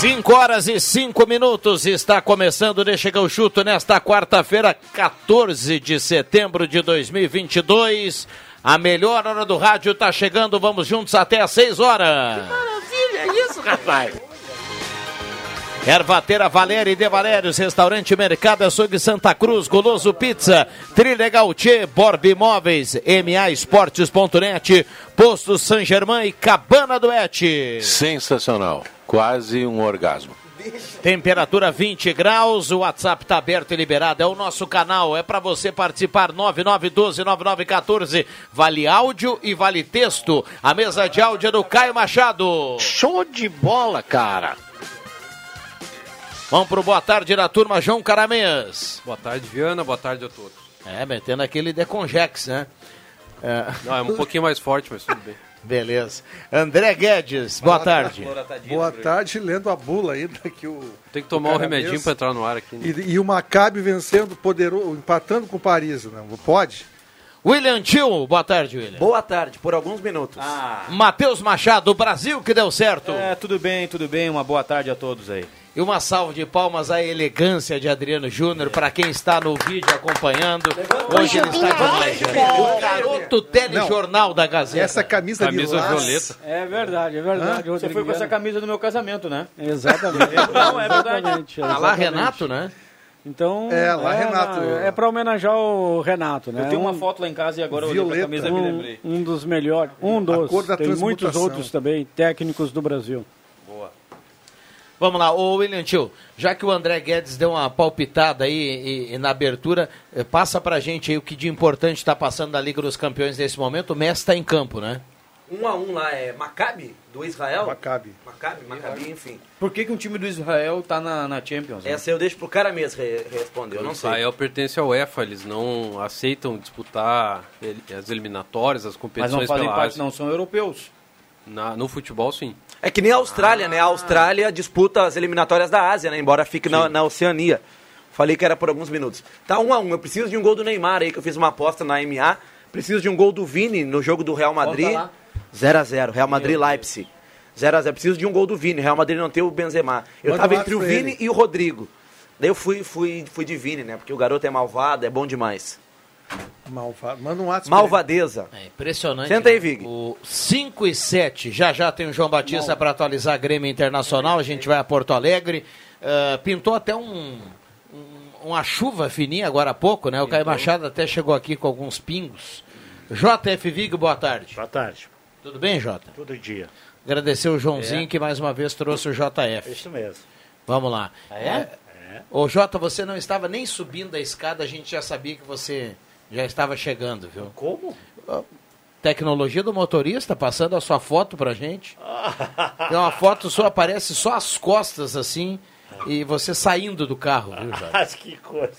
Cinco horas e cinco minutos está começando o Chega o Chuto nesta quarta-feira, 14 de setembro de 2022. A melhor hora do rádio está chegando, vamos juntos até às 6 horas. Maravilha, é isso, rapaz! Ervateira Valéria e De Valérios, Restaurante Mercado Açougue Santa Cruz, Goloso Pizza, Trilegal Tchê, Borb Imóveis, MA Esportes.net, Posto San Germain e Cabana do Eti. Sensacional. Quase um orgasmo. Temperatura 20 graus, o WhatsApp está aberto e liberado, é o nosso canal, é para você participar, 9912-9914, vale áudio e vale texto, a mesa de áudio é do Caio Machado. Show de bola, cara. Vamos pro boa tarde da turma, João Caramês. Boa tarde, Viana. Boa tarde a todos. É, metendo aquele deconjex, né? É, Não, é um pouquinho mais forte, mas tudo bem. beleza. André Guedes, boa tarde. Boa tarde, lendo a bula ainda que o Tem que tomar um Cara, remedinho mesmo. pra entrar no ar aqui. Né? e, e o Maccabi vencendo poderoso, empatando com o Paris, não pode? William Tio, boa tarde, William. Boa tarde, por alguns minutos. Ah. Matheus Machado, Brasil que deu certo. É, tudo bem, tudo bem, uma boa tarde a todos aí. E uma salva de palmas à elegância de Adriano Júnior, para quem está no vídeo acompanhando. Hoje ele está de blazer. O garoto telejornal da Gazeta. Essa camisa, Camisa lilás, violeta. É verdade, é verdade. Você foi com essa camisa no meu casamento, né? Exatamente. Não, é verdade. Exatamente, Tá lá exatamente. Renato, né? Então, É, lá Renato. na- É pra homenagear o Renato, né? Eu tenho um, uma foto lá em casa e agora eu olhei pra Violeta. camisa e me um, lembrei. um dos melhores, um dos. cor da Tem muitos transmutação. outros também, técnicos do Brasil. Vamos lá, ô William Tio, já que o André Guedes deu uma palpitada aí e- e na abertura, eh, passa pra gente aí o que de importante está passando na Liga dos Campeões nesse momento. O Messi está em campo, né? Um a um lá é Maccabi, do Israel. Maccabi. Maccabi, Maccabi, enfim. Por que, que um time do Israel tá na, na Champions? É, né? Essa eu deixo pro cara mesmo re responder, eu não sei. Israel pertence à UEFA, eles não aceitam disputar ele- as eliminatórias, as Mas não competições fazem pela parte, Ásia. não são europeus. Na- no futebol, sim. É que nem a Austrália, Ah. né? A Austrália disputa as eliminatórias da Ásia, né? Embora fique na, na Oceania. Falei que era por alguns minutos. Tá um a um. Eu preciso de um gol do Neymar aí, que eu fiz uma aposta na MA. Preciso de um gol do Vini no jogo do Real Madrid. lá. 0 a 0 Real Madrid Leipzig. 0 a 0 Preciso de um gol do Vini. Real Madrid não tem o Benzema. Eu Manda tava um entre o ato pra Vini ele. e o Rodrigo. Daí eu fui, fui, fui de Vini, né? Porque o garoto é malvado, é bom demais. Malva... Manda um WhatsApp. Malvadeza. É impressionante. Senta aí, né? Vig. O 5 e 7, já já tem o João Batista para atualizar a Grêmio Internacional, a gente vai a Porto Alegre. Ah, pintou até um, um- uma chuva fininha agora há pouco, né? O Caio Machado até chegou aqui com alguns pingos. JF Vig, boa tarde. Boa tarde, Tudo bem, Jota? todo dia. Agradecer o Joãozinho que mais uma vez trouxe o JF. Isso mesmo. Vamos lá. É? Ô Jota, você não estava nem subindo a escada, a gente já sabia que você já estava chegando, viu? Como? Tecnologia do motorista, passando a sua foto pra gente. Tem uma foto sua, aparece só as costas assim, e você saindo do carro, viu, Jota? Mas que coisa.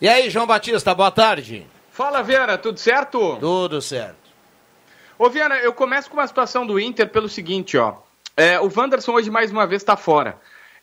E aí, João Batista, boa tarde. Fala, Vera, tudo certo? Tudo certo. Ô, Vera, eu começo com uma situação do Inter pelo seguinte, ó. É, o Wanderson hoje, mais uma vez, tá fora.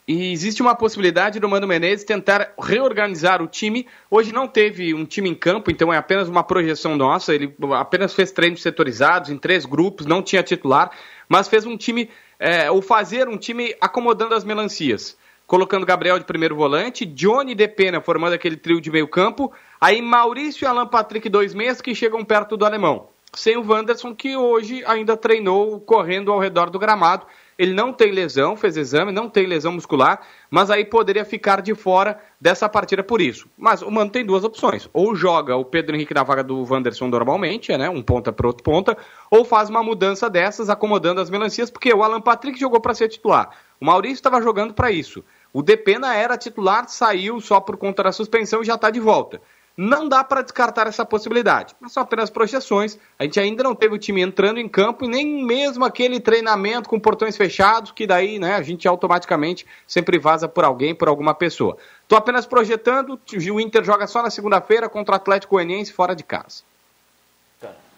E existe uma possibilidade do Mano Menezes tentar reorganizar o time. Hoje não teve um time em campo, então é apenas uma projeção nossa. Ele apenas fez treinos setorizados em três grupos, não tinha titular, mas fez um time, é, ou fazer um time acomodando as melancias. colocando Gabriel de primeiro volante, Johnny de Pena formando aquele trio de meio campo, aí Maurício e Alan Patrick dois meias que chegam perto do alemão. Sem o Wanderson, que hoje ainda treinou correndo ao redor do gramado. Ele não tem lesão, fez exame, não tem lesão muscular, mas aí poderia ficar de fora dessa partida por isso. Mas o Mano tem duas opções. Ou joga o Pedro Henrique na vaga do Wanderson normalmente, né? Um ponta para outro ponta, ou faz uma mudança dessas, acomodando as melancias, porque o Alan Patrick jogou para ser titular. O Maurício estava jogando para isso. O Depena era titular, saiu só por conta da suspensão e já está de volta. Não dá para descartar essa possibilidade, mas são apenas projeções. A gente ainda não teve o time entrando em campo e nem mesmo aquele treinamento com portões fechados, que daí né, a gente automaticamente sempre vaza por alguém, por alguma pessoa. Estou apenas projetando, o Inter joga só na segunda-feira contra o Atlético Goianiense fora de casa.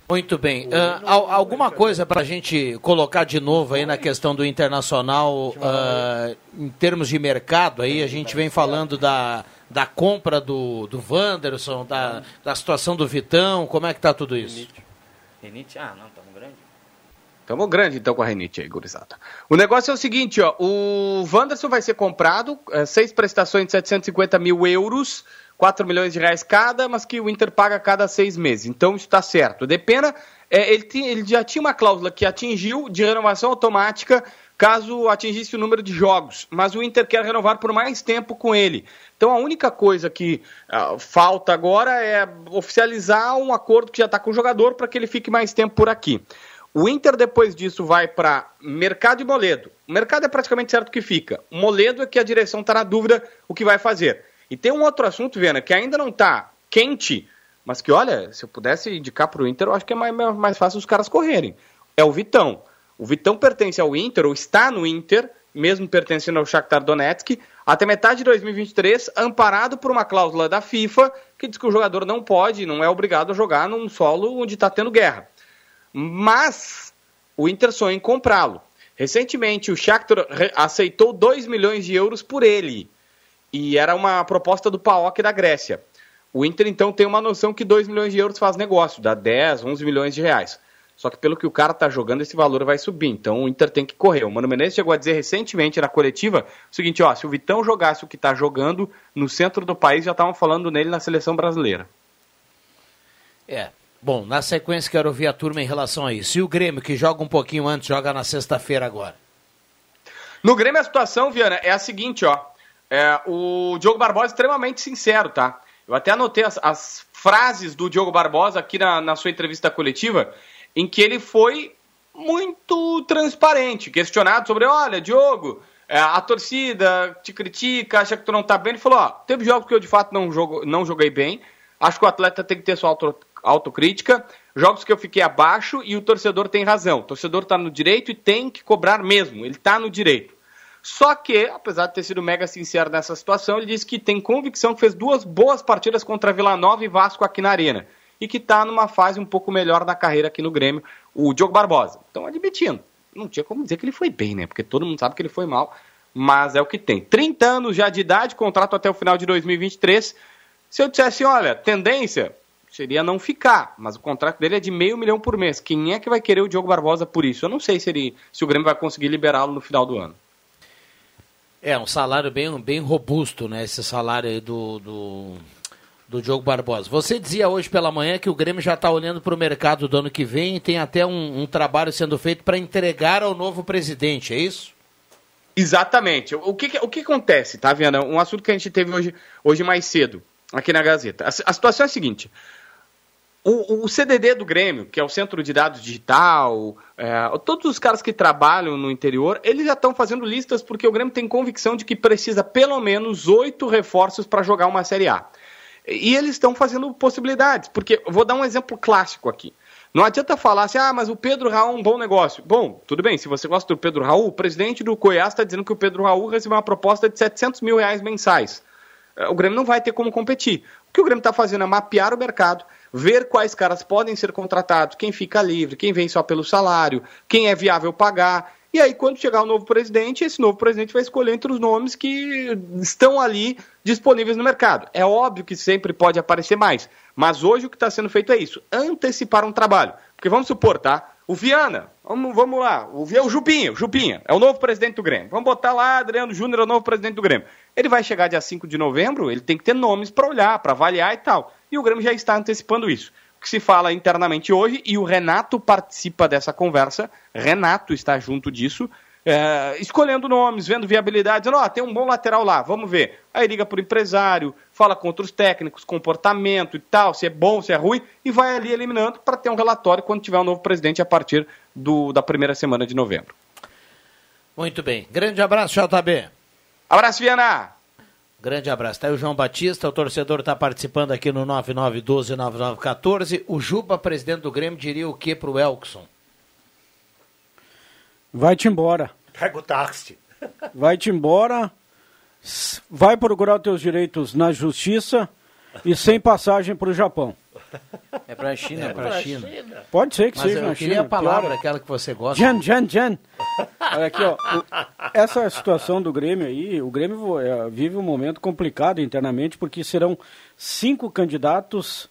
Muito bem. Ah, al- alguma coisa para a gente colocar de novo aí na questão do internacional, ah, em termos de mercado, aí a gente vem falando da, da compra do, do Wanderson, da, da situação do Vitão, como é que tá tudo isso? Renite? Ah, não, tamo grande. Tamo grande então com a Renite aí, gurizada. O negócio é o seguinte, ó, o Wanderson vai ser comprado, eh, seis prestações de 750 mil euros, 4 milhões de reais cada, mas que o Inter paga a cada seis meses. Então isso está certo. Depena, eh, ele, ti- ele já tinha uma cláusula que atingiu de renovação automática caso atingisse o número de jogos, mas o Inter quer renovar por mais tempo com ele. Então a única coisa que ah, falta agora é oficializar um acordo que já está com o jogador para que ele fique mais tempo por aqui. O Inter, depois disso, vai para Mercado e Moledo. O Mercado é praticamente certo que fica. O Moledo é que a direção está na dúvida o que vai fazer. E tem um outro assunto, Viana, que ainda não está quente, mas que, olha, se eu pudesse indicar para o Inter, eu acho que é mais, mais fácil os caras correrem. É o Vitão. O Vitão pertence ao Inter, ou está no Inter, mesmo pertencendo ao Shakhtar Donetsk, até metade de 2023, amparado por uma cláusula da FIFA que diz que o jogador não pode, não é obrigado a jogar num solo onde está tendo guerra mas o Inter sonha em comprá-lo. Recentemente, o Shakhtar re- aceitou 2 milhões de euros por ele, e era uma proposta do PAOK da Grécia. O Inter, então, tem uma noção que 2 milhões de euros faz negócio, dá 10, 11 milhões de reais. Só que pelo que o cara tá jogando, esse valor vai subir. Então o Inter tem que correr. O Mano Menezes chegou a dizer recentemente na coletiva o seguinte, ó, se o Vitão jogasse o que tá jogando no centro do país, já estavam falando nele na seleção brasileira. É. Bom, na sequência quero ouvir a turma em relação a isso. E o Grêmio, que joga um pouquinho antes, joga na sexta-feira agora. No Grêmio a situação, Viana, é a seguinte, ó. É, o Diogo Barbosa é extremamente sincero, tá? Eu até anotei as, as frases do Diogo Barbosa aqui na, na sua entrevista coletiva, em que ele foi muito transparente, questionado sobre, olha, Diogo, é, a torcida te critica, acha que tu não tá bem. Ele falou, ó, teve jogos que eu de fato não, jogo, não joguei bem, acho que o atleta tem que ter sua auto- autocrítica, jogos que eu fiquei abaixo e o torcedor tem razão. O torcedor tá no direito e tem que cobrar mesmo, ele tá no direito. Só que, apesar de ter sido mega sincero nessa situação, ele disse que tem convicção que fez duas boas partidas contra Vila Nova e Vasco aqui na Arena. E que está numa fase um pouco melhor na carreira aqui no Grêmio, o Diogo Barbosa. Então, admitindo. Não tinha como dizer que ele foi bem, né? Porque todo mundo sabe que ele foi mal. Mas é o que tem. 30 anos já de idade, contrato até o final de 2023. Se eu dissesse, assim, olha, tendência seria não ficar, mas o contrato dele é de meio milhão por mês. Quem é que vai querer o Diogo Barbosa por isso? Eu não sei se, ele, se o Grêmio vai conseguir liberá-lo no final do ano. É, um salário bem, bem robusto, né? Esse salário aí do, do, do Diogo Barbosa. Você dizia hoje pela manhã que o Grêmio já está olhando para o mercado do ano que vem e tem até um, um trabalho sendo feito para entregar ao novo presidente, é isso? Exatamente. O que, que- o que acontece, tá, Viana? Um assunto que a gente teve hoje, hoje mais cedo, aqui na Gazeta. A, si- a situação é a seguinte. O, o CDD do Grêmio, que é o Centro de Dados Digital, é, todos os caras que trabalham no interior, eles já estão fazendo listas porque o Grêmio tem convicção de que precisa pelo menos oito reforços para jogar uma Série A. E eles estão fazendo possibilidades, porque eu vou dar um exemplo clássico aqui. Não adianta falar assim, ah, mas o Pedro Raul é um bom negócio. Bom, tudo bem, se você gosta do Pedro Raul, o presidente do Goiás está dizendo que o Pedro Raul recebeu uma proposta de 700 mil reais mensais. Eh, O Grêmio não vai ter como competir. O que o Grêmio está fazendo é mapear o mercado, ver quais caras podem ser contratados, quem fica livre, quem vem só pelo salário, quem é viável pagar. E aí, quando chegar o novo presidente, esse novo presidente vai escolher entre os nomes que estão ali disponíveis no mercado. É óbvio que sempre pode aparecer mais, mas hoje o que está sendo feito é isso: antecipar um trabalho. Porque vamos supor, tá? O Viana, vamos, vamos lá, o, Vi- o Jupinha, o Jupinha, é o novo presidente do Grêmio. Vamos botar lá, Adriano Júnior é o novo presidente do Grêmio. Ele vai chegar dia 5 de novembro, ele tem que ter nomes para olhar, para avaliar e tal. E o Grêmio já está antecipando isso. O que se fala internamente hoje, e o Renato participa dessa conversa, Renato está junto disso, é, escolhendo nomes, vendo viabilidade, dizendo, ó, tem um bom lateral lá, vamos ver. Aí liga pro empresário, fala contra os técnicos, comportamento e tal, se é bom, se é ruim, e vai ali eliminando para ter um relatório quando tiver um novo presidente a partir do- da primeira semana de novembro. Muito bem. Grande abraço, JB. Abraço, Viana! Grande abraço. Tá aí o João Batista, o torcedor está participando aqui no 9912-9914. O Juba, presidente do Grêmio, diria o que pro Elkson? Vai-te embora. Pega o táxi. Vai-te embora. s- Vai procurar os teus direitos na justiça e sem passagem para o Japão. É pra China, É bro. pra China. Pode ser que Mas seja eu na queria China, a palavra, claro. aquela que você gosta. Jan, Jan, Jan. Olha aqui, ó. o- essa situação do Grêmio aí, o Grêmio vo- eh, vive um momento complicado internamente, porque serão cinco candidatos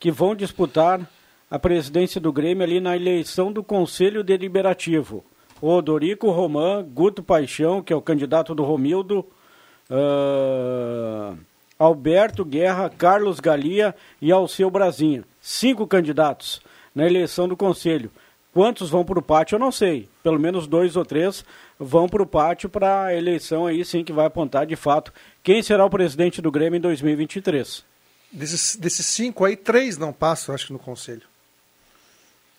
que vão disputar a presidência do Grêmio ali na eleição do Conselho Deliberativo. Odorico Román, Guto Paixão, que é o candidato do Romildo, ah, Alberto Guerra, Carlos Galia e Alceu Brazinha. Cinco candidatos na eleição do Conselho. Quantos vão para o pátio, eu não sei. Pelo menos dois ou três vão para o pátio para a eleição aí sim que vai apontar de fato quem será o presidente do Grêmio em 2023. Desses, desses cinco aí, três não passam, acho que no conselho.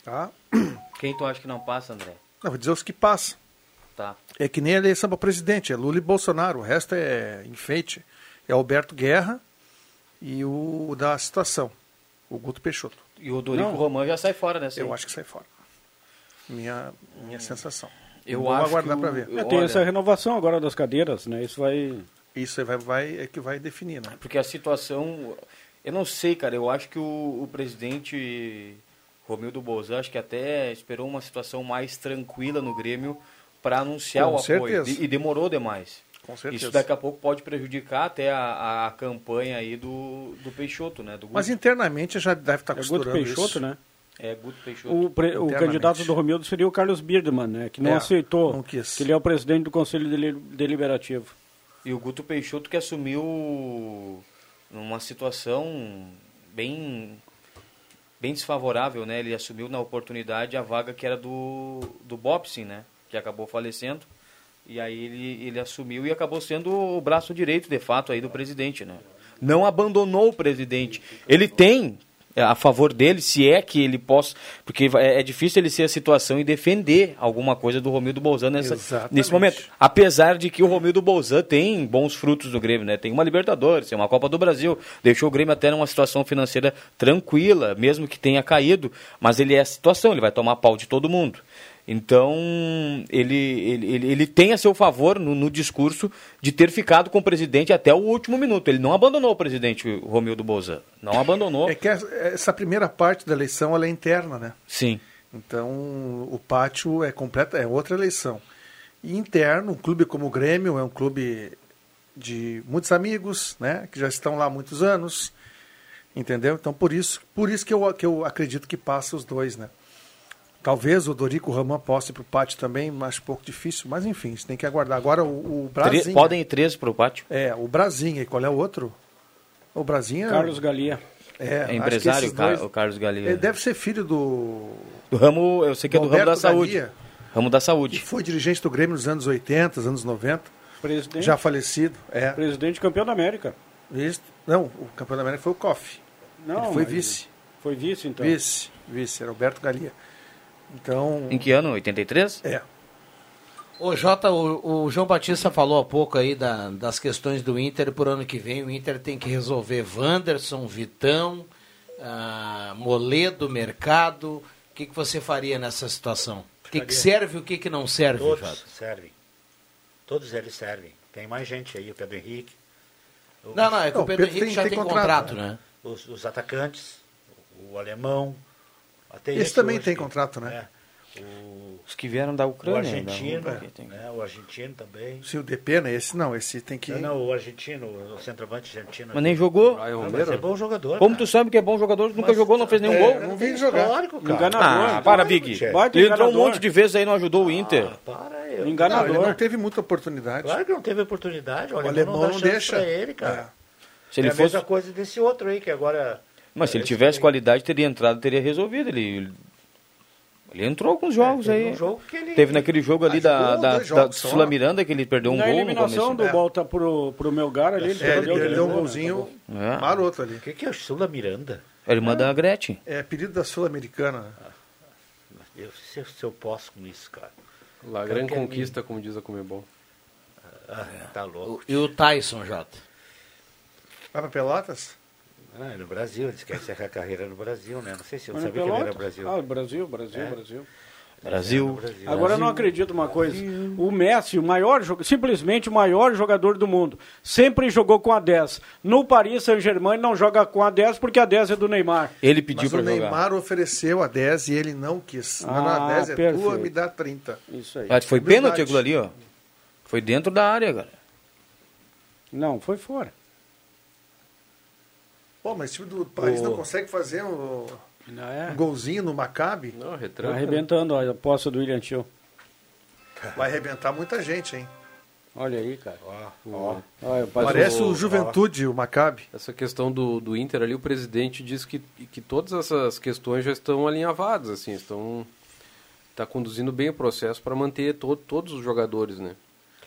Tá? Quem tu acha que não passa, André? Não, vou dizer os que passam. Tá. É que nem a eleição para presidente, é Lula e Bolsonaro, o resto é enfeite. É Alberto Guerra e o da situação, o Guto Peixoto. E o Dorico Não. Romão já sai fora né, dessa. Eu acho que sai fora. Minha, minha sensação. Eu Vamos acho aguardar que para o- ver. eu- Tem Olha. essa renovação agora das cadeiras, né? Isso vai Isso aí vai, vai, é que vai definir, né? Porque a situação. Eu não sei, cara. Eu acho que o, o presidente Romildo Bolzan, acho que até esperou uma situação mais tranquila no Grêmio para anunciar Com o apoio. certeza. E- E demorou demais. Com certeza. Isso daqui a pouco pode prejudicar até a, a- a campanha aí do, do Peixoto, né? Do Guto. Mas internamente já deve estar É o Guto costurando Peixoto, isso. né? É, Guto Peixoto. O, pre- o Internamente. candidato do Romildo seria o Carlos Birdman, né? Que não É, aceitou não quis. que ele é o presidente do Conselho Deli- Deliberativo. E o Guto Peixoto que assumiu numa situação bem bem desfavorável, né? Ele assumiu na oportunidade a vaga que era do do Bobson, né? Que acabou falecendo. E aí ele ele assumiu e acabou sendo o braço direito de fato aí do presidente, né? Não abandonou o presidente. Ele tem é, a favor dele, se é que ele possa, porque é é difícil ele ser a situação e defender alguma coisa do Romildo Bolzano nessa, Exatamente. nesse momento. Apesar de que o Romildo Bolzan tem bons frutos do Grêmio, né? Tem uma Libertadores, tem uma Copa do Brasil, deixou o Grêmio até numa situação financeira tranquila, mesmo que tenha caído, mas ele é a situação, ele vai tomar pau de todo mundo. Então, ele, ele, ele, ele tem a seu favor no, no discurso de ter ficado com o presidente até o último minuto. Ele não abandonou o presidente o Romildo Bolzan. Não abandonou. É que essa- essa primeira parte da eleição ela é interna, né? Sim. Então, o pátio é completa, é outra eleição. E interno, um clube como o Grêmio é um clube de muitos amigos, né, que já estão lá há muitos anos. Entendeu? Então, por isso, por isso que eu, que eu acredito que passa os dois, né? Talvez o Dorico Raman possa ir para o pátio também, mas um pouco difícil. Mas enfim, você tem que aguardar. Agora o, o Tre- Brasinha. podem ir três para o pátio. É, o Brasinha. E qual é o outro? O Brasinha. Carlos Galia. É, acho É que empresário, esses o Car- dois- o Carlos Galinha. Ele deve ser filho do. Do ramo, eu sei que é do ramo da Roberto saúde. Galia. Ramo da que saúde. foi dirigente do Grêmio nos anos 80, anos 90, Presidente, já falecido. É. presidente campeão da América. Isso. Não, o campeão da América foi o Koff. Não, Ele foi mas- vice. Foi vice, então. Vice, vice, era Roberto Galia. Então. Em que ano? 83? É. Ô, Jota, o, o João Batista falou há pouco aí da- das questões do Inter por ano que vem. O Inter tem que resolver Wanderson, Vitão, ah, Moledo, Mercado. O que, que você faria nessa situação? O que, que serve e o que, que não serve, Todos Jota? servem. Todos eles servem. Tem mais gente aí, o Pedro Henrique. O- Não, não, é que Não, o Pedro Pedro Henrique tem- já tem tem contrato, contrato, né? Os, os atacantes, o, o alemão. Até Esse esse também hoje tem que- contrato, né? é, o, Os que vieram da o Ucrânia. da- argentino, que tem- né? O argentino também. Se o DP, né? Esse não, esse tem que. Não, É. não, o argentino, o centroavante argentino. Mas nem jogou. Brian Não, mas Romero. é bom jogador. Como tu cara. sabe que é bom jogador, nunca Mas- jogou, não fez nenhum É, gol. Não Não tem vi jogar. histórico, cara. Enganador. Ah, para, Big. Tchê. Baita Ele entrou um enganador. monte de vezes aí, não ajudou o Inter. Ah, para eu. Não, ele Enganador. não é teve muita oportunidade. Claro que não teve oportunidade. O Olha, alemão não, deixa. Pra ele, cara. Se ele é a fosse. mesma coisa desse outro aí, que agora... é Mas se ele Esse tivesse aí. qualidade, teria entrado, teria resolvido. Ele, ele entrou com os jogos teve aí. um jogo que ele- Teve naquele jogo ali da, Ajudou da, dois jogos da só. Sula Miranda que ele perdeu um Na gol no eliminação começo. do Volta pro, pro Melgar ali, ele É, ele perdeu aquele perdeu um gol, né? golzinho É. maroto ali. O que, que tá é o Sula Miranda? Ele manda a Gretchen. É apelido da Sul-Americana. né? Eu, se, se eu posso com isso, cara. é Lá, grande conquista, como diz a Comebol. tá louco. E né? o Tyson, Jota? Vai pra Pelotas? Ah, é no Brasil, eles querem encerrar a carreira no Brasil, né? Não sei se eu Mas não é sabia que ele era Pelotas? Brasil. Ah, Brasil, Brasil, É. Brasil. Brasil. Brasil. Agora eu não acredito uma coisa. O Messi, o maior jogo, simplesmente o maior jogador do mundo, sempre jogou com a 10. No Paris Saint-Germain não joga com a 10 porque a 10 é do Neymar. Ele Mas o Neymar ofereceu a 10 e ele não quis. Não, não, a Ah, 10 é tua, perfeito. me dá 30. Isso aí. Ah, foi Humildade. pênalti aquilo ali, ó. Foi dentro da área, cara. Não, foi fora. Pô, mas esse time do país O- não consegue fazer um, Não é? um golzinho no Maccabi? Não, retranca. Tá Arrebentando ó, a aposta do William Tio. Vai arrebentar muita gente, hein? Olha aí, cara. Ó, Olha, o- Parece o Juventude, o Maccabi. Essa questão do, do Inter ali, o presidente diz que, que todas essas questões já estão alinhavadas, assim, estão tá conduzindo bem o processo para manter to, todos os jogadores, né?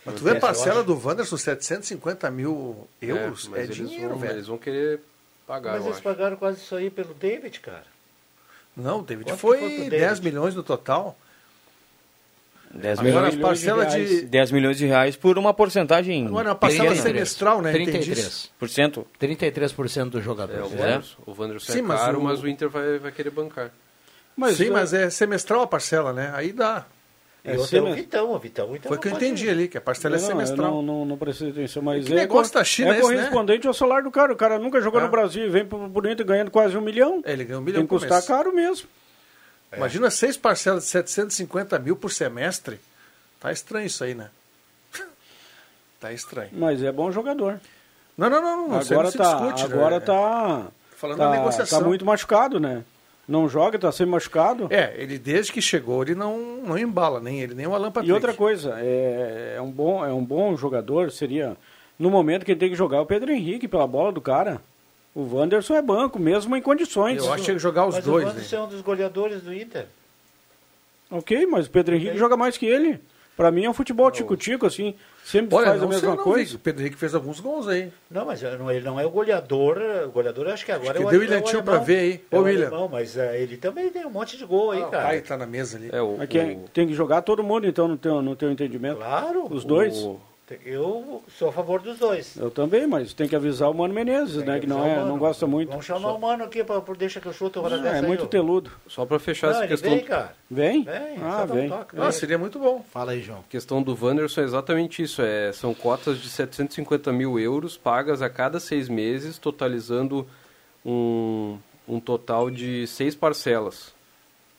Mas tu vê a parcela do Wanderson, 750 mil euros? mas É, eles dinheiro, vão, velho. Eles vão querer pagar, Mas eu eles acho. pagaram quase isso aí pelo David, cara. Não, David, Quanto foi, que foi pro 10 David? milhões no total. 10 Agora milhões, as parcelas milhões de de... 10 milhões de reais por uma porcentagem. Agora a parcela pequena. semestral, né? Entendi isso. 33%. Por cento. 33% dos É, o jogadores. Wanderson, o Wanderson Sim, é mas caro, o- mas o Inter vai, vai querer bancar. Mas, Sim, ó, mas é semestral a parcela, né? Aí dá. E É outro é o semest- Vitão, o Vitão. Então Foi o que eu entendi ali, que a parcela é não, eu semestral. não, não, não prestei atenção, mas Que é, negócio cor- da China é esse, né? correspondente ao salário do cara. O cara nunca jogou É. no Brasil e vem pro Bonito ganhando quase um milhão. É, ele ganhou um Tem milhão que por custar mês. caro mesmo. É. Imagina seis parcelas de 750 mil por semestre. Tá estranho isso aí, né? Tá estranho. Mas é bom jogador. Não, não, não, não. isso aí não agora se tá, discute. agora né? tá, Falando tá, da negociação. tá muito machucado, né? Não joga, tá sempre machucado. É, ele desde que chegou, ele não, não embala, nem ele, nem o Alan Patrick. E outra coisa, é, é um bom, é um bom jogador, seria no momento que ele tem que jogar é o Pedro Henrique pela bola do cara. O Wanderson é banco, mesmo em condições. Eu acho que tinha que jogar os Mas o dois, né? Wanderson é um dos goleadores do Inter. Ok, mas o Pedro Henrique joga mais que ele. Pra mim é um futebol tico-tico, assim, sempre Olha, faz não a sei, mesma não, coisa. Vic, O Pedro Henrique fez alguns gols aí. Não, mas eu não- ele não é o goleador. O goleador eu acho que agora Acho é que o deu o ale- é William Tio alemão. pra ver aí. É Ô, o William. alemão, mas é, ele também tem um monte de gol Ah, aí, cara. Aí tá na mesa ali. É, o, Aqui é- o- tem que jogar todo mundo, então, no teu, no teu entendimento. Claro. Os dois? o- Eu sou a favor dos dois. Eu também, mas tem que avisar o Mano Menezes, né? Que não, Avisar o é, mano. não gosta muito. Vamos chamar o mano aqui pra, pra- deixa que eu chuto o Ah, Radamés. é muito tempo. teludo. só para fechar Não, essa ele questão vem, cara. Vem? Vem, ah, só dá um vem. toque. Ah, seria muito bom. Fala aí, João. questão do Wanderson é exatamente isso. É, são cotas de 750 mil euros pagas a cada seis meses, totalizando um, um total de seis parcelas.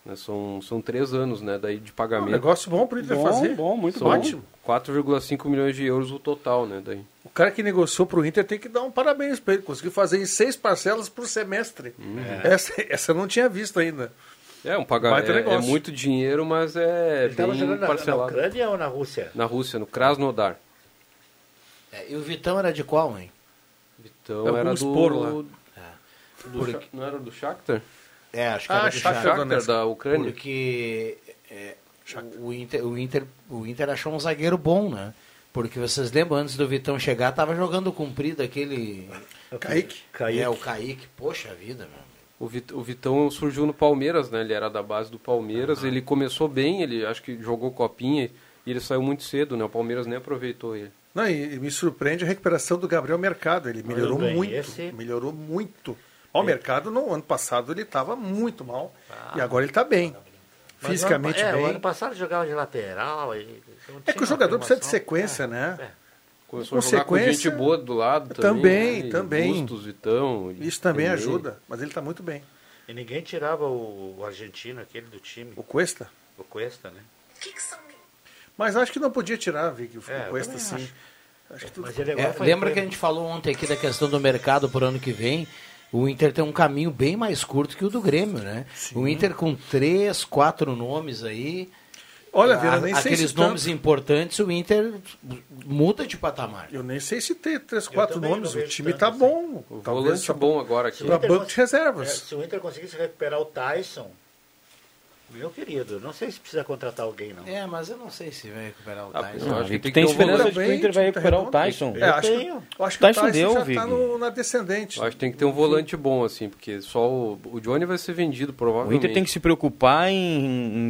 Né, são, são três anos né, daí de Um pagamento. negócio bom pro Inter Bom, fazer. bom, muito são bom. Ótimo. 4,5 milhões de euros o total. Né, daí. O cara que negociou pro Inter tem que dar um parabéns pra ele. Conseguiu fazer em seis parcelas por semestre. Hum. Essa, essa eu não tinha visto ainda. É um Baita pagamento. É, negócio. muito dinheiro, mas é Ele tava jogando bem na, na parcelado. Na, Ucrânia ou na Rússia? Rússia, no Krasnodar. É, e o Vitão era de qual, hein? Então Algum era do. espor lá. do É. Sha- não era do Shakhtar? É, acho que Ah, era de Shakhtar Shakhtar. Shakhtar da Ucrânia? Porque é, o, Inter, o, Inter, o Inter achou um zagueiro bom, né? Porque vocês lembram, antes do Vitão chegar, tava jogando comprido aquele. Kaique. É, o Kaique. Poxa vida, meu. O, Vit- o Vitão surgiu no Palmeiras, né? Ele era da base do Palmeiras. Ele começou bem, ele acho que jogou copinha e ele saiu muito cedo, né? O Palmeiras nem aproveitou ele. Não, e, e me surpreende a recuperação do Gabriel Mercado. Ele melhorou bem, muito. esse- É. Melhorou muito. Ó, O mercado no ano passado ele estava muito mal. e agora ele está bem. Ah. Mas Fisicamente o ano, É, o bem. ano passado jogava de lateral. e- não É tinha que o uma jogador precisa de afirmação. É, sequência, né? Começou a Com jogar com sequência, gente boa do lado também, também. né? E também. Bustos, Vitão. e Isso também Nenê. ajuda. Mas ele está muito bem. E ninguém tirava o, o argentino, aquele do time, O Cuesta. o Cuesta, né? Mas acho que não podia tirar, Vic, o É, eu Cuesta, também sim. Acho que tudo... Mas ele É, agora foi- lembra foi- que a gente falou ontem aqui da questão do mercado por ano que vem? O Inter tem um caminho bem mais curto que o do Grêmio, né? O Inter com três, quatro nomes aí. Olha, Ah, a- Vera, nem sei aqueles se tanto. nomes importantes, o Inter muda de patamar. Eu nem sei se tem três, quatro também nomes. não O vejo time tanto tá assim. bom. O Talvez volante só bom agora aqui. Se o Pra Inter banco cons- de reservas. é, se o Inter conseguisse recuperar o Tyson, meu querido, não sei se precisa contratar alguém, não. É, mas eu não sei se vai recuperar o Ah, Tyson. eu acho que Vic, tem, que ter tem um esperança volante. de- que o Inter vai recuperar o Tyson. É, Eu acho, que, tenho. eu acho que o Tyson Tyson deu, já Vig. está na descendente. Acho que tem que ter um volante bom, assim, porque só o, o Johnny vai ser vendido, O provavelmente. Inter tem que se preocupar em,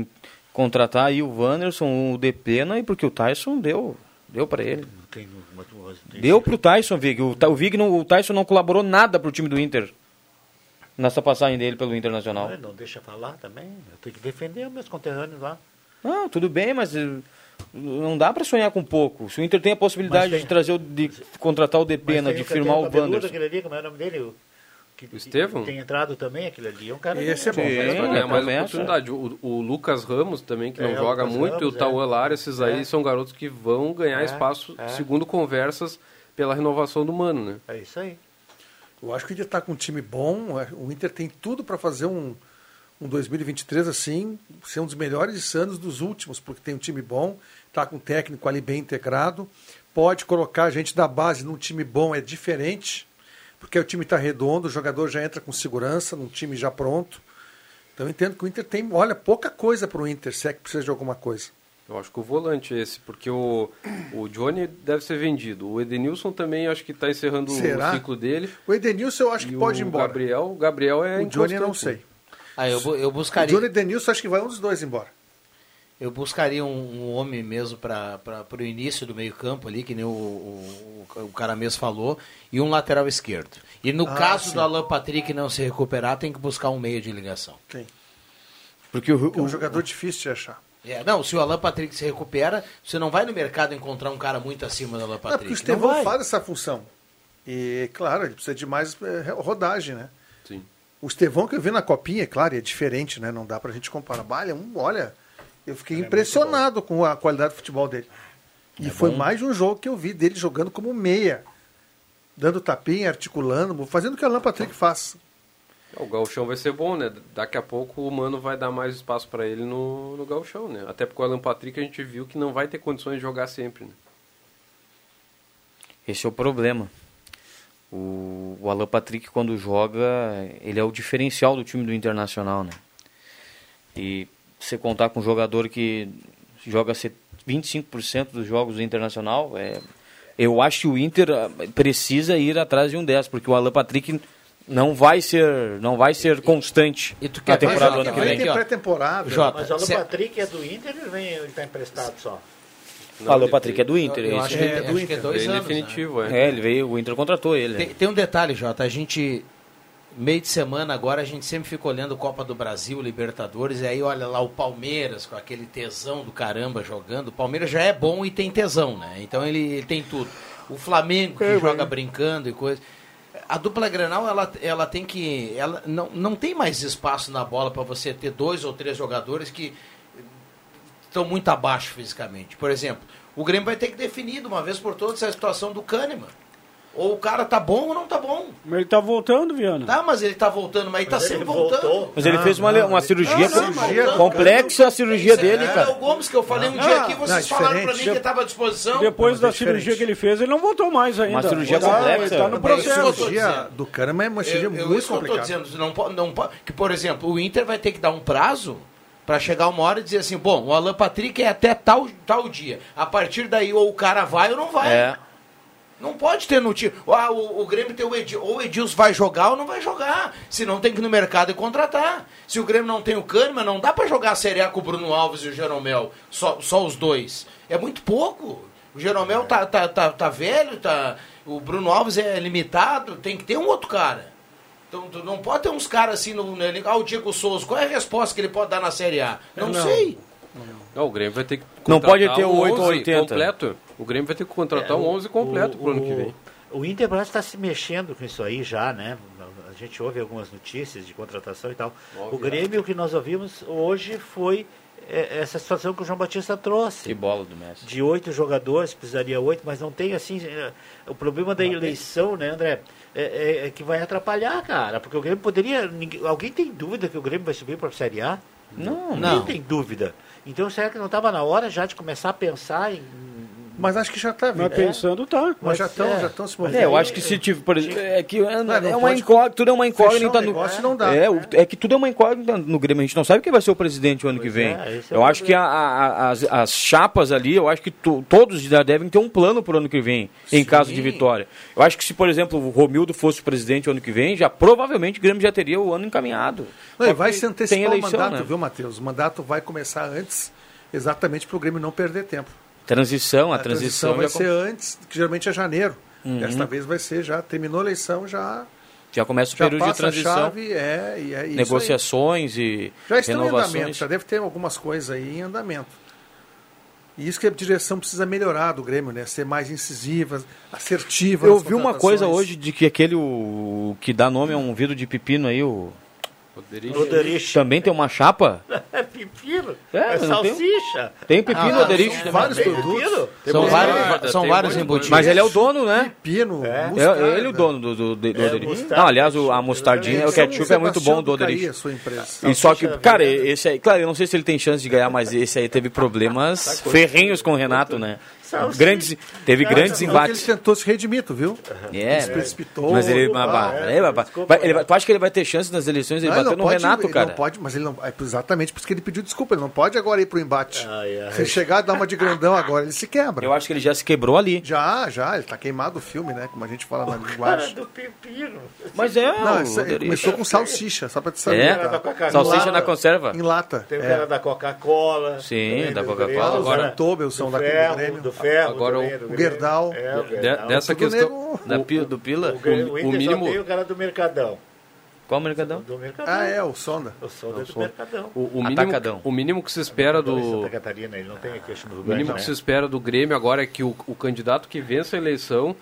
em contratar aí o Wanderson, o Depena, e porque o Tyson deu. Deu pra ele. Não tem, mas tu- mas tem- Deu pro Tyson, Vig. O, Ta- o Vig não, o Tyson não colaborou nada pro time do Inter. Nessa passagem dele pelo Internacional. Não, não deixa falar também. Eu tenho que defender os meus conterrâneos lá. Não, tudo bem, mas eh, não dá pra sonhar com pouco. Se o Inter tem a possibilidade Mas tem- de trazer o, de contratar o Depena, Mas de tem firmar aquele o cabeludo, Wanderson. Aquele ali, como é o nome dele? O, que, que Estevão? Tem entrado também aquele ali. É um cara Esse é bom. Sim, Sim, vai ganhar mais promessa. oportunidade. O, o Lucas Ramos também, que É, não o joga Lucas muito, e o Ramos, Tauan é. Lara, esses aí É. são garotos que vão ganhar É, espaço, é. segundo conversas, pela renovação do Mano, né? É isso aí. Eu acho que o Inter está com um time bom. O Inter tem tudo para fazer um, um 2023 assim, ser um dos melhores anos dos últimos, porque tem um time bom, está com um técnico ali bem integrado. Pode colocar a gente da base num time bom, é diferente, porque o time está redondo, o jogador já entra com segurança, num time já pronto. Então eu entendo que o Inter tem, olha, pouca coisa para o Inter, se é que precisa de alguma coisa. Eu acho que o volante é esse, porque o, o Johnny deve ser vendido. O Edenilson também acho que está encerrando Será? o ciclo dele. O Edenilson eu acho que E pode ir o embora. Gabriel, o Gabriel é o Johnny eu não inconstante. sei. Ah, eu, bu- eu O buscaria. Johnny e Edenilson acho que vai um dos dois embora. Eu buscaria um, um homem mesmo para o início do meio-campo ali, que nem o, o, o cara mesmo falou, e um lateral esquerdo. E no Ah, caso sim. do Alan Patrick não se recuperar, tem que buscar um meio de ligação. Tem. Porque o, É um jogador difícil de achar. É, não, se o Alan Patrick se recupera, você não vai no mercado encontrar um cara muito acima do Alan É porque Patrick. o não Estevão vai. faz essa função. E, claro, ele precisa de mais eh, rodagem, né? Sim. O Estevão que eu vi na copinha, é claro, e é diferente, né? Não dá pra gente comparar. Bah, ele é um, olha, eu fiquei é impressionado com a qualidade do futebol dele. E foi mais um jogo que eu vi dele jogando como meia. Dando tapinha, articulando, fazendo o que o Alan Patrick faz. É, O Galchão vai ser bom, né? Daqui a pouco o Mano vai dar mais espaço para ele no, no Galchão, né? Até porque o Alan Patrick a gente viu que não vai ter condições de jogar sempre, né? Esse é o problema. O, o Alan Patrick, quando joga, ele é o diferencial do time do Internacional, né? E você contar com um jogador que joga se- 25% dos jogos do Internacional, é, eu acho que o Inter ah, precisa ir atrás de um 10, porque o Alan Patrick não vai ser, não vai ser constante E tu na quer ver temporada do se ano que ele Ele Aqui, vem. tem ó. pré-temporada. Jota, Mas o Alan cê- Patrick é do Inter, ele vem, ele tá emprestado só. O Alan Patrick é do Inter. eu esse- acho que, é acho do que é Inter. dois Bem anos. né? definitivo, é. É, ele veio, o Inter contratou ele. né? Tem, tem um detalhe, Jota. A gente, meio de semana agora, a gente sempre fica olhando Copa do Brasil, Libertadores, e aí olha lá o Palmeiras com aquele tesão do caramba jogando. O Palmeiras já é bom e tem tesão, né? Então ele, ele tem tudo. O Flamengo que joga brincando e coisa. A dupla Grenal, ela, ela tem que. Ela não, não tem mais espaço na bola para você ter dois ou três jogadores que estão muito abaixo fisicamente. Por exemplo, o Grêmio vai ter que definir de uma vez por todas essa situação do Kahneman. Ou o cara tá bom ou não tá bom. Mas ele tá voltando, Viana. Tá, mas ele tá voltando, mas ele tá Mas ele sempre voltando. voltou. Mas ele fez uma, le- uma cirurgia, Ah, não, com- não, não, complexa a cirurgia Isso é- dele, É o cara. Gomes que eu falei um Não, dia aqui, não, vocês é falaram pra diferente. mim que ele tava à disposição. Depois Não, mas da é diferente. cirurgia que ele fez, ele não voltou mais ainda. é cirurgia Tá- ah, complexa. Ele tá no Mas A isso que eu tô processo. cirurgia dizendo. do Kahneman é uma cirurgia eu, eu, muito isso que eu tô complicada. dizendo, não, po- não, po- que, por exemplo, o Inter vai ter que dar um prazo pra chegar uma hora e dizer assim, bom, o Alan Patrick é até tal, tal dia. A partir daí, ou o cara vai ou não vai. É. Não pode ter no time. Ah, o, o Grêmio tem o Edilson. Ou o Edilson vai jogar ou não vai jogar. Se não tem que ir no mercado e contratar. Se o Grêmio não tem o Kahneman, não dá pra jogar a Série A com o Bruno Alves e o Jeromel. Só, só os dois. É muito pouco. O Jeromel tá, tá, tá, tá velho, tá... o Bruno Alves é limitado. Tem que ter um outro cara. Então, tu não pode ter uns caras assim no, no elenco. Ah, o Diego Souza, qual é a resposta que ele pode dar na Série A? É, Não, sei. Não, o Grêmio vai ter que Não contratar pode ter o um 8 ou 11 80. completo. O Grêmio vai ter que contratar um 11 completo pro ano que vem. O Inter parece está se mexendo com isso aí já, né? A gente ouve algumas notícias de contratação e tal. o é. Grêmio que nós ouvimos hoje foi é, essa situação que o João Batista trouxe. Que bola do Messi. de oito jogadores, precisaria oito, mas não tem assim. eh, O problema é da eleição, né, André? É, é- é que vai atrapalhar, cara. Porque o Grêmio poderia. ninguém- alguém tem dúvida que o Grêmio vai subir para a Série A? Não, Ninguém não. tem dúvida. Então, será que não estava na hora já de começar a pensar em. Mas acho que já está vindo. Mas pensando, tá. Mas já estão é. já estão se Mas movendo. É, eu acho que se tiver, por exemplo, é que é, não é uma pode incógnita, tudo é uma fechar incógnita o no negócio, não dá. É, o- é que tudo é uma incógnita no Grêmio, a gente não sabe quem vai ser o presidente o ano que vem. é, esse é eu o acho que a- a- a- as, as chapas ali, eu acho que to- todos já devem ter um plano pro ano que vem, em caso de vitória. Eu acho que se, por exemplo, o Romildo fosse o presidente o ano que vem, já provavelmente o Grêmio já teria o ano encaminhado. Não, Só e vai que né? se antecipar o mandato, viu, Matheus? O mandato vai começar antes, exatamente para o Grêmio não perder tempo. Transição, a, A É, transição, transição, vai já, ser antes, que geralmente é janeiro. Uhum. Desta vez vai ser já, terminou a eleição, já, já começa o já período de passa a transição. chave, é, e é isso aí. negociações e Já estão em andamento, renovações. já deve ter algumas coisas aí em andamento. E isso que a direção precisa melhorar do Grêmio, né? Ser mais incisiva, assertiva. Eu nas vi uma contratações. coisa hoje de que aquele o, que dá nome a um vidro de pepino aí, o. Roderich. Também tem uma chapa? É pepino? É, É, não tem- salsicha? Tem pepino, Ah, Oderich. são vários Tem produtos. pepino? Tem São mostarda, vários, são tem vários muito embutidos. coisa. Mas ele é o dono, né? Pepino, é. mostarda. ele é o dono do, do, do, do Oderich. mostarda, Não, aliás, o- a mostardinha, Eles o são ketchup é muito um Sebastião bom do Caí, Oderich. a sua empresa. E só que, cara, esse aí, claro, eu não sei se ele tem chance de ganhar, mas esse aí teve problemas ferrenhos com o Renato, né? Salsicha. Tá, Grandes, teve grandes Não, é embates. Ele tentou se redimir, tu viu? É, Ele se precipitou. mas ele, mas, Ah, mas- é. é, mas- vai- ele vai- tu acha que ele vai ter chance nas eleições? Ele Não, ele bateu não no pode- Renato, ele cara. Não pode, mas ele não. é exatamente por isso que ele pediu desculpa. Ele não pode agora ir pro embate. ai. Se ele chegar e dar uma de grandão agora, ele se quebra. Eu acho que ele já se quebrou ali. Já, já. Ele tá queimado o filme, né? Como a gente fala na Cara linguagem. do pepino. Mas é, Não, o isso aí Oderich. começou com salsicha, só pra te saber. É, tá? da Coca-Cola. salsicha na Lata. conserva. Em lata. Tem o é. cara da Coca-Cola. Sim, da Ah, Coca-Cola. os Agora, Antobels são Do da ferro, Grêmio. do ferro. Agora do o- Grêmio, O Gerdau. É, o De- Gerdau. dessa tudo questão nego- da pi- do Pila, O, Grêmio- o o, o Inter mínimo. só tem o cara do Mercadão. qual o mercadão? Do Mercadão. Ah, é, o Sonda. Eu sou do Mercadão. O, o mínimo, Atacadão. o mínimo que se espera Não, em do. Santa Catarina, ele não tem aqui, acho, no Rio O mínimo que se espera do Grêmio agora é que o, o candidato que vença a eleição,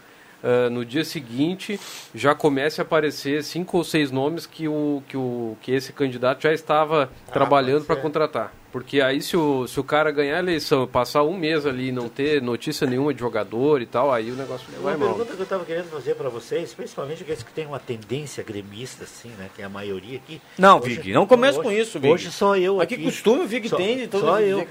ah, no dia seguinte, já comece a aparecer cinco ou seis nomes que, o, que, o, que esse candidato já Ah, estava trabalhando para contratar. Porque aí, se o, se o cara ganhar a eleição e passar um mês ali e não ter notícia nenhuma de jogador e tal, aí o negócio É Uma vai mal. pergunta que eu estava querendo fazer para vocês, principalmente aqueles que têm uma tendência gremista, assim, né? Que é a maioria aqui. Não, Vig, não começa hoje- com isso, Vig. Hoje só eu Mas que aqui. costume o Vig só, tem de todo Só mundo eu.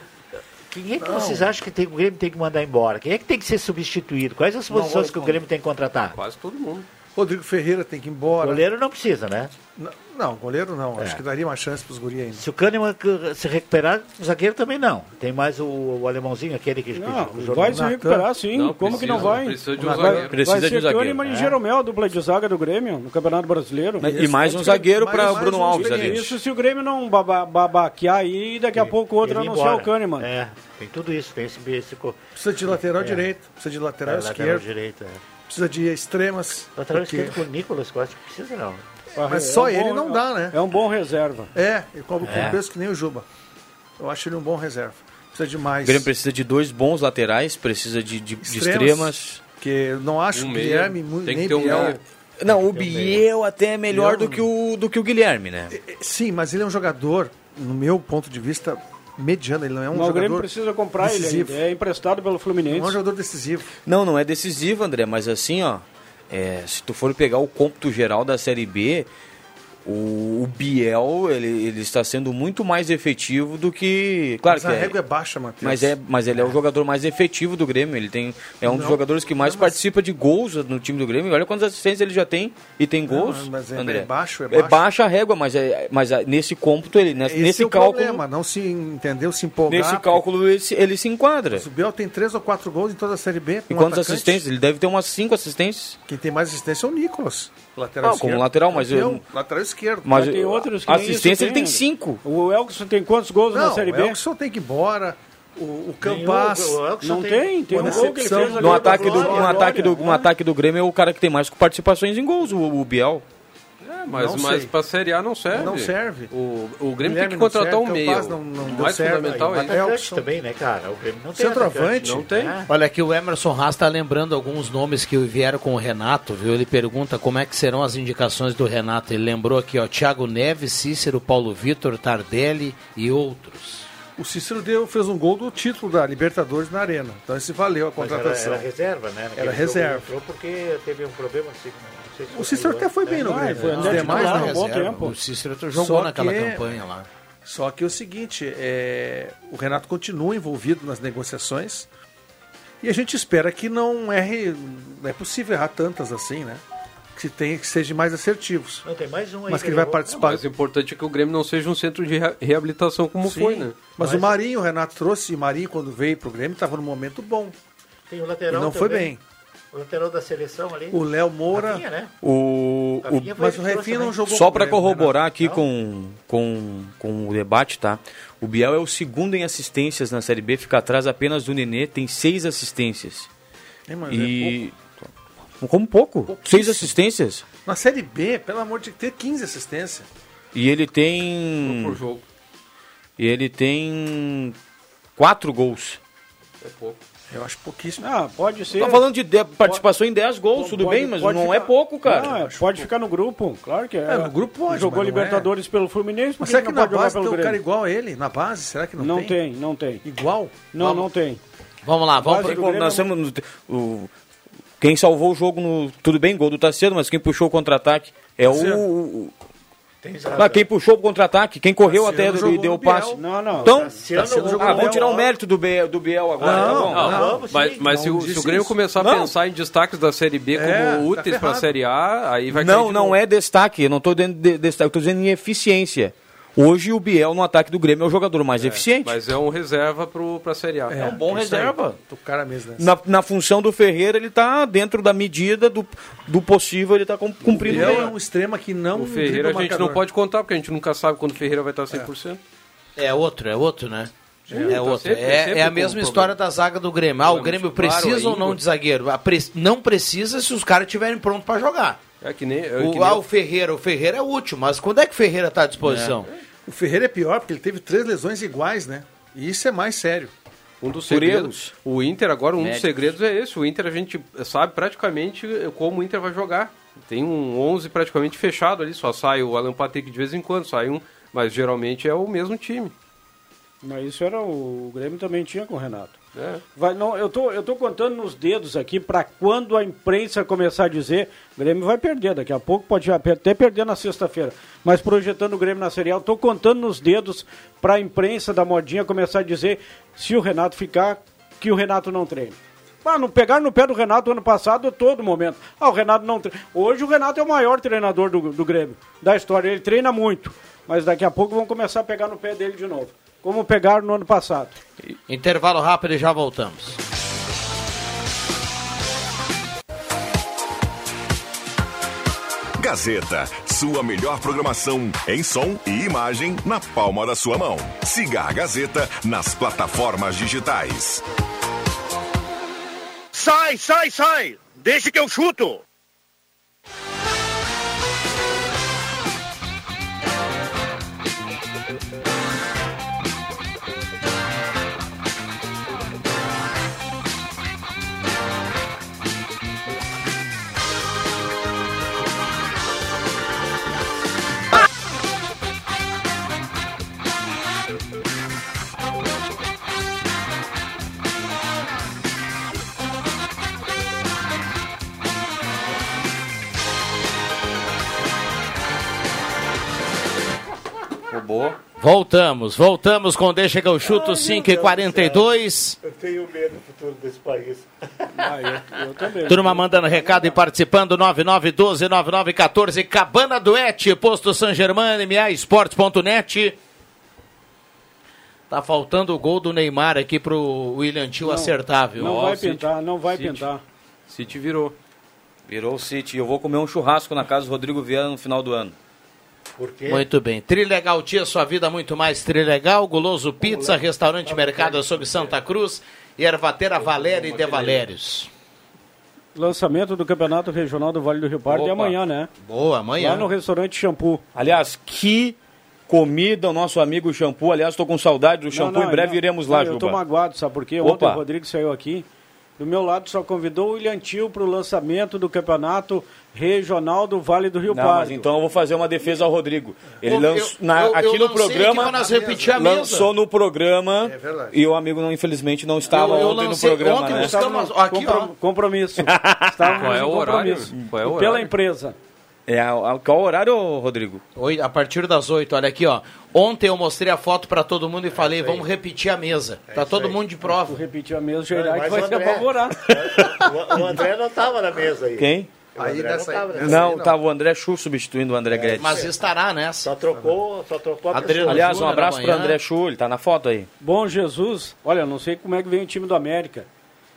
Quem é que vocês acham que tem- o Grêmio tem que mandar embora? Quem é que tem que ser substituído? Quais as posições que o Grêmio tem que contratar? Quase todo mundo. Rodrigo Ferreira tem que ir embora. Goleiro não precisa, né? N- Não, goleiro não. É. Acho que daria uma chance pros guri ainda. Se o Kahneman c- se recuperar, o zagueiro também não. Tem mais o, o alemãozinho, aquele que, que- que Não, jogou vai no se Natan. recuperar Ah, sim. Não, Como precisa, que não vai? precisa de um vai, zagueiro. vai ser Precisa de um zagueiro, Kahneman e Jeromel, a dupla de zaga do Grêmio, no Campeonato Brasileiro. E mais um zagueiro é mais- para mais Bruno um Alves zagueiro. ali. Isso se o Grêmio não baba- babaquear aí, daqui a pouco o outro Ele ir anunciar o embora. Kahneman. É, tem tudo isso. Tem esse... esse co- Precisa de lateral direito, precisa de lateral É. lateral esquerdo, direito, é. precisa de extremas. Lateral porque- esquerdo com o Nicolas, eu acho que precisa não. Mas É só um ele bom- não dá, né? É um bom reserva. É, ele cobra com É. um preço que nem o Juba. Eu acho ele um bom reserva. Precisa de mais. O Grêmio precisa de dois bons laterais, precisa de, de, de extremas. Extremas. Porque eu não acho Um o meio. Guilherme muito. Tem que nem ter um Biel. meio. Não, o Biel até é melhor do que, o, do que o Guilherme, né? Sim, mas ele é um jogador, no meu ponto de vista, mediano. Ele não é um Mas o Grêmio jogador. precisa comprar decisivo. ele, é emprestado Não pelo é um Fluminense. jogador decisivo. Não, não é decisivo, André, mas assim, ó, é, se tu for pegar o cômputo geral da Série B, o, o Biel, ele, ele está sendo muito mais efetivo do que... Claro Mas que a é, régua é baixa, Matheus. mas, é, mas ele é o jogador mais efetivo do Grêmio, ele tem, é um dos Não, jogadores que mais não, mas- participa de gols no time do Grêmio, olha quantas assistências ele já tem, e tem gols, mas é- André. é baixo, é É baixo. baixa a régua, mas, é, mas é- nesse cômputo, ele, nesse, Esse nesse é o cálculo, problema, não se entendeu, se empolgar. nesse cálculo ele, se- ele se enquadra. O Biel tem três ou quatro gols em toda a Série B. E um quantas atacante. assistências? Ele deve ter umas cinco assistências. Quem tem mais assistência é o Nicolas. Lateral Ah, como lateral, mas Campeão, eu- Lateral esquerdo. Mas Mas tem eh, outros que nem isso assistência ele tem tem, cinco. O Elkson tem quantos gols Não, na Série o B? Elkson tem que ir embora. O, o Nenhum, Campas. o Elkson Não tem, tem um uma gol que ele decepção. fez ali No da ataque, do, Glória, no, ataque do, Glória, no né? ataque do Grêmio é o cara que tem mais participações em gols, o, o Biel. É, mas, Não mas sei. para a Série A não serve. Não serve. O, o Grêmio Guilherme tem que não contratar serve, um meia. Campas não- não O deu mais certo, fundamental aí é o isso. Atacante Elkson. também, né, cara? O Grêmio não tem Centroavante. atacante. Não tem. É. Olha aqui, o Emerson Haas está lembrando alguns nomes que vieram com o Renato, viu? Ele pergunta como é que serão as indicações do Renato. Ele lembrou aqui, ó, Thiago Neves, Cícero, Paulo Vitor, Tardelli e outros. O Cícero deu, fez um gol do título da Libertadores na Arena. Então esse valeu a Mas era, contratação. era reserva, né? Naquele Era jogo reserva. ele Entrou porque teve um problema. Assim, não sei se O Cícero até foi bem no Não, Grêmio. né? foi Os até demais titular, não. um bom tempo. O Cícero jogou Só naquela que- campanha lá. Só que é o seguinte, é, o Renato continua envolvido nas negociações e a gente espera que não erre, não é possível errar tantas assim, né? Que tenha que sejam mais assertivos. Não, tem mais um aí. Mas que ele vai levou- participar. Mas o importante é que o Grêmio não seja um centro de rea- reabilitação como Sim, foi, né? Mas o Marinho, o Renato trouxe, e o Marinho, quando veio pro Grêmio, estava num momento bom. Tem o E lateral não foi também. bem. O lateral da seleção ali. O Léo Moura. Rafinha, né? O, o- Rafinha foi ele que trouxe também. Só para né? corroborar aqui com, com, com o debate, tá? O Biel é o segundo em assistências na Série B, fica atrás apenas do Nenê, tem seis assistências. Hein, mano? e. Como pouco? Seis assistências? Na Série B, pelo amor de Deus, ter 15 assistências. E ele tem. Por jogo. E ele tem. Quatro gols. É pouco. Eu acho pouquíssimo. Ah, pode ser. Tá falando de, de- participação em 10 gols, tudo Pode- bem, mas não pode é ficar- pouco, cara. Não, é, pode ficar no grupo, claro que é. É, no grupo pode, mas Jogou não é. Libertadores pelo Fluminense, por Mas será que não na pode jogar base tem pelo um cara Grêmio? igual a ele? Na base? Será que não, Não tem, não tem. Igual? Não, não tem. Vamos lá, vamos Mas pro- o Grêmio- Nós temos no- o- quem salvou o jogo no. Tudo bem, gol do Tacedo, mas quem puxou o contra-ataque é o. o- Tem Ah, quem puxou o contra-ataque, quem correu Tassiano até jogou e deu no o passe. Biel. Não, não. Então, Tassiano Tassiano jogou ah, no Biel. vamos tirar o mérito do Biel, do Biel agora. tá bom? Não, vamos, mas, sim. mas se, o, Não se o disse Grêmio isso. começar a Não. pensar em destaques da Série B como É, tá úteis para a ferrado. Série A, aí vai cair Não, de não novo. é destaque. Eu não estou dizendo de destaque, eu estou dizendo em eficiência. Hoje o Biel no ataque do Grêmio é o jogador mais eficiente. Mas é um reserva para a Série A. É um bom isso aí. reserva. O cara mesmo, né? Na, na função do Ferreira, ele está dentro da medida do, do possível, ele está cumprindo Ele é bem. um extrema que não. O Ferreira a dribla o gente não marcador. pode contar, porque a gente nunca sabe quando o Ferreira vai estar 100%. É outro, é outro, né? É, tá outro. sempre- é, sempre é a com mesma problema. história da zaga do Grêmio. Ah, o Claro, Grêmio mas claro, precisa é ou não Igor. de zagueiro? Ah, pre- Não precisa se os caras estiverem prontos para jogar. É que nem. É que O, nem- ah, o Ferreira, o Ferreira é útil, mas quando é que o Ferreira está à disposição? O Ferreira é pior porque ele teve três lesões iguais, né? E isso é mais sério. Um dos Por segredos. O Inter agora, um Médicos. dos segredos é esse. O Inter a gente sabe praticamente como o Inter vai jogar. Tem um 11 praticamente fechado ali, só sai o Alan Patrick de vez em quando, sai um, mas geralmente é o mesmo time. Mas isso era o, o Grêmio também tinha com o Renato. É. Vai, não, eu tô, eu tô contando nos dedos aqui para quando a imprensa começar a dizer o Grêmio vai perder daqui a pouco, pode já per- até perder na sexta-feira. Mas projetando o Grêmio na Serial, tô contando nos dedos para a imprensa da modinha começar a dizer se o Renato ficar, que o Renato não treine. Ah, não pegaram no pé do Renato ano passado a todo momento. Ah, o Renato não treina. Hoje o Renato é o maior treinador do, do Grêmio, da história. Ele treina muito, mas daqui a pouco vão começar a pegar no pé dele de novo. Como pegaram no ano passado. Intervalo rápido e já voltamos. Gazeta, sua melhor programação em som e imagem na palma da sua mão. Siga a Gazeta nas plataformas digitais. Sai, sai, sai! Deixa que eu chuto! Roubou. Voltamos, voltamos com Deixa que eu chuto 5 e 42. Eu tenho medo do futuro desse país. Ah, eu, eu também. Turma mandando recado e participando, 9912-9914, Cabana Duete, Posto San Germain, MA Esportes.net. Tá faltando o gol do Neymar aqui pro William Tio acertar, viu? Não vai City. pintar, não vai City. pintar. City virou. Virou o City. Eu vou comer um churrasco na casa do Rodrigo Vieira no final do ano. Por quê? Muito bem. Trilegal Tia, sua vida muito mais trilegal. Guloso Pizza, Restaurante Mercado sobre Santa Cruz e Ervatera Valéria e De Valérios. Lançamento do Campeonato Regional do Vale do Rio Pardo é Opa. amanhã, né? Boa, Lá amanhã. no restaurante Shampoo. Aliás, que comida o nosso amigo Shampoo. Aliás, estou com saudade do Shampoo. Não, não, em breve não. iremos Não, lá, Eu tô Juba. magoado, sabe por quê? Ontem Opa. o Rodrigo saiu aqui. Do meu lado só convidou o William Tio para o lançamento do Campeonato Regional do Vale do Rio Não, Pardo. mas então eu vou fazer uma defesa ao Rodrigo. Ele Eu- lançou eu- na- eu- aqui eu no lancei aqui pra programa. nós repetir a mesa. É lançou no programa. e o amigo não, infelizmente não estava Eu- eu ontem no lancei- programa, ontem né? eu- Estamos- ó, aqui, ó. Compromisso. Estávamos Qual é em o horário? Ah, compromisso. Qual é o Pela horário? empresa. É, a- a- qual o horário, ô, Rodrigo? Oi, a partir das 8, olha aqui, ó. Ontem eu mostrei a foto pra todo mundo e falei, vamos repetir a mesa. É tá todo mundo de Vou prova. repetir a mesma Gerai que Mas vai o se André- apavorar. O- O André não tava na mesa aí. Quem? O André Aí não nessa aí. tava na mesa. Não, tava o André Chu substituindo o André Guedes. É, Mas estará nessa. Só trocou, só trocou a, pessoa. Aliás, um Júnior abraço amanhã. para André Chu, ele tá na foto aí. Bom Jesus, olha, não sei como é que vem o time do América.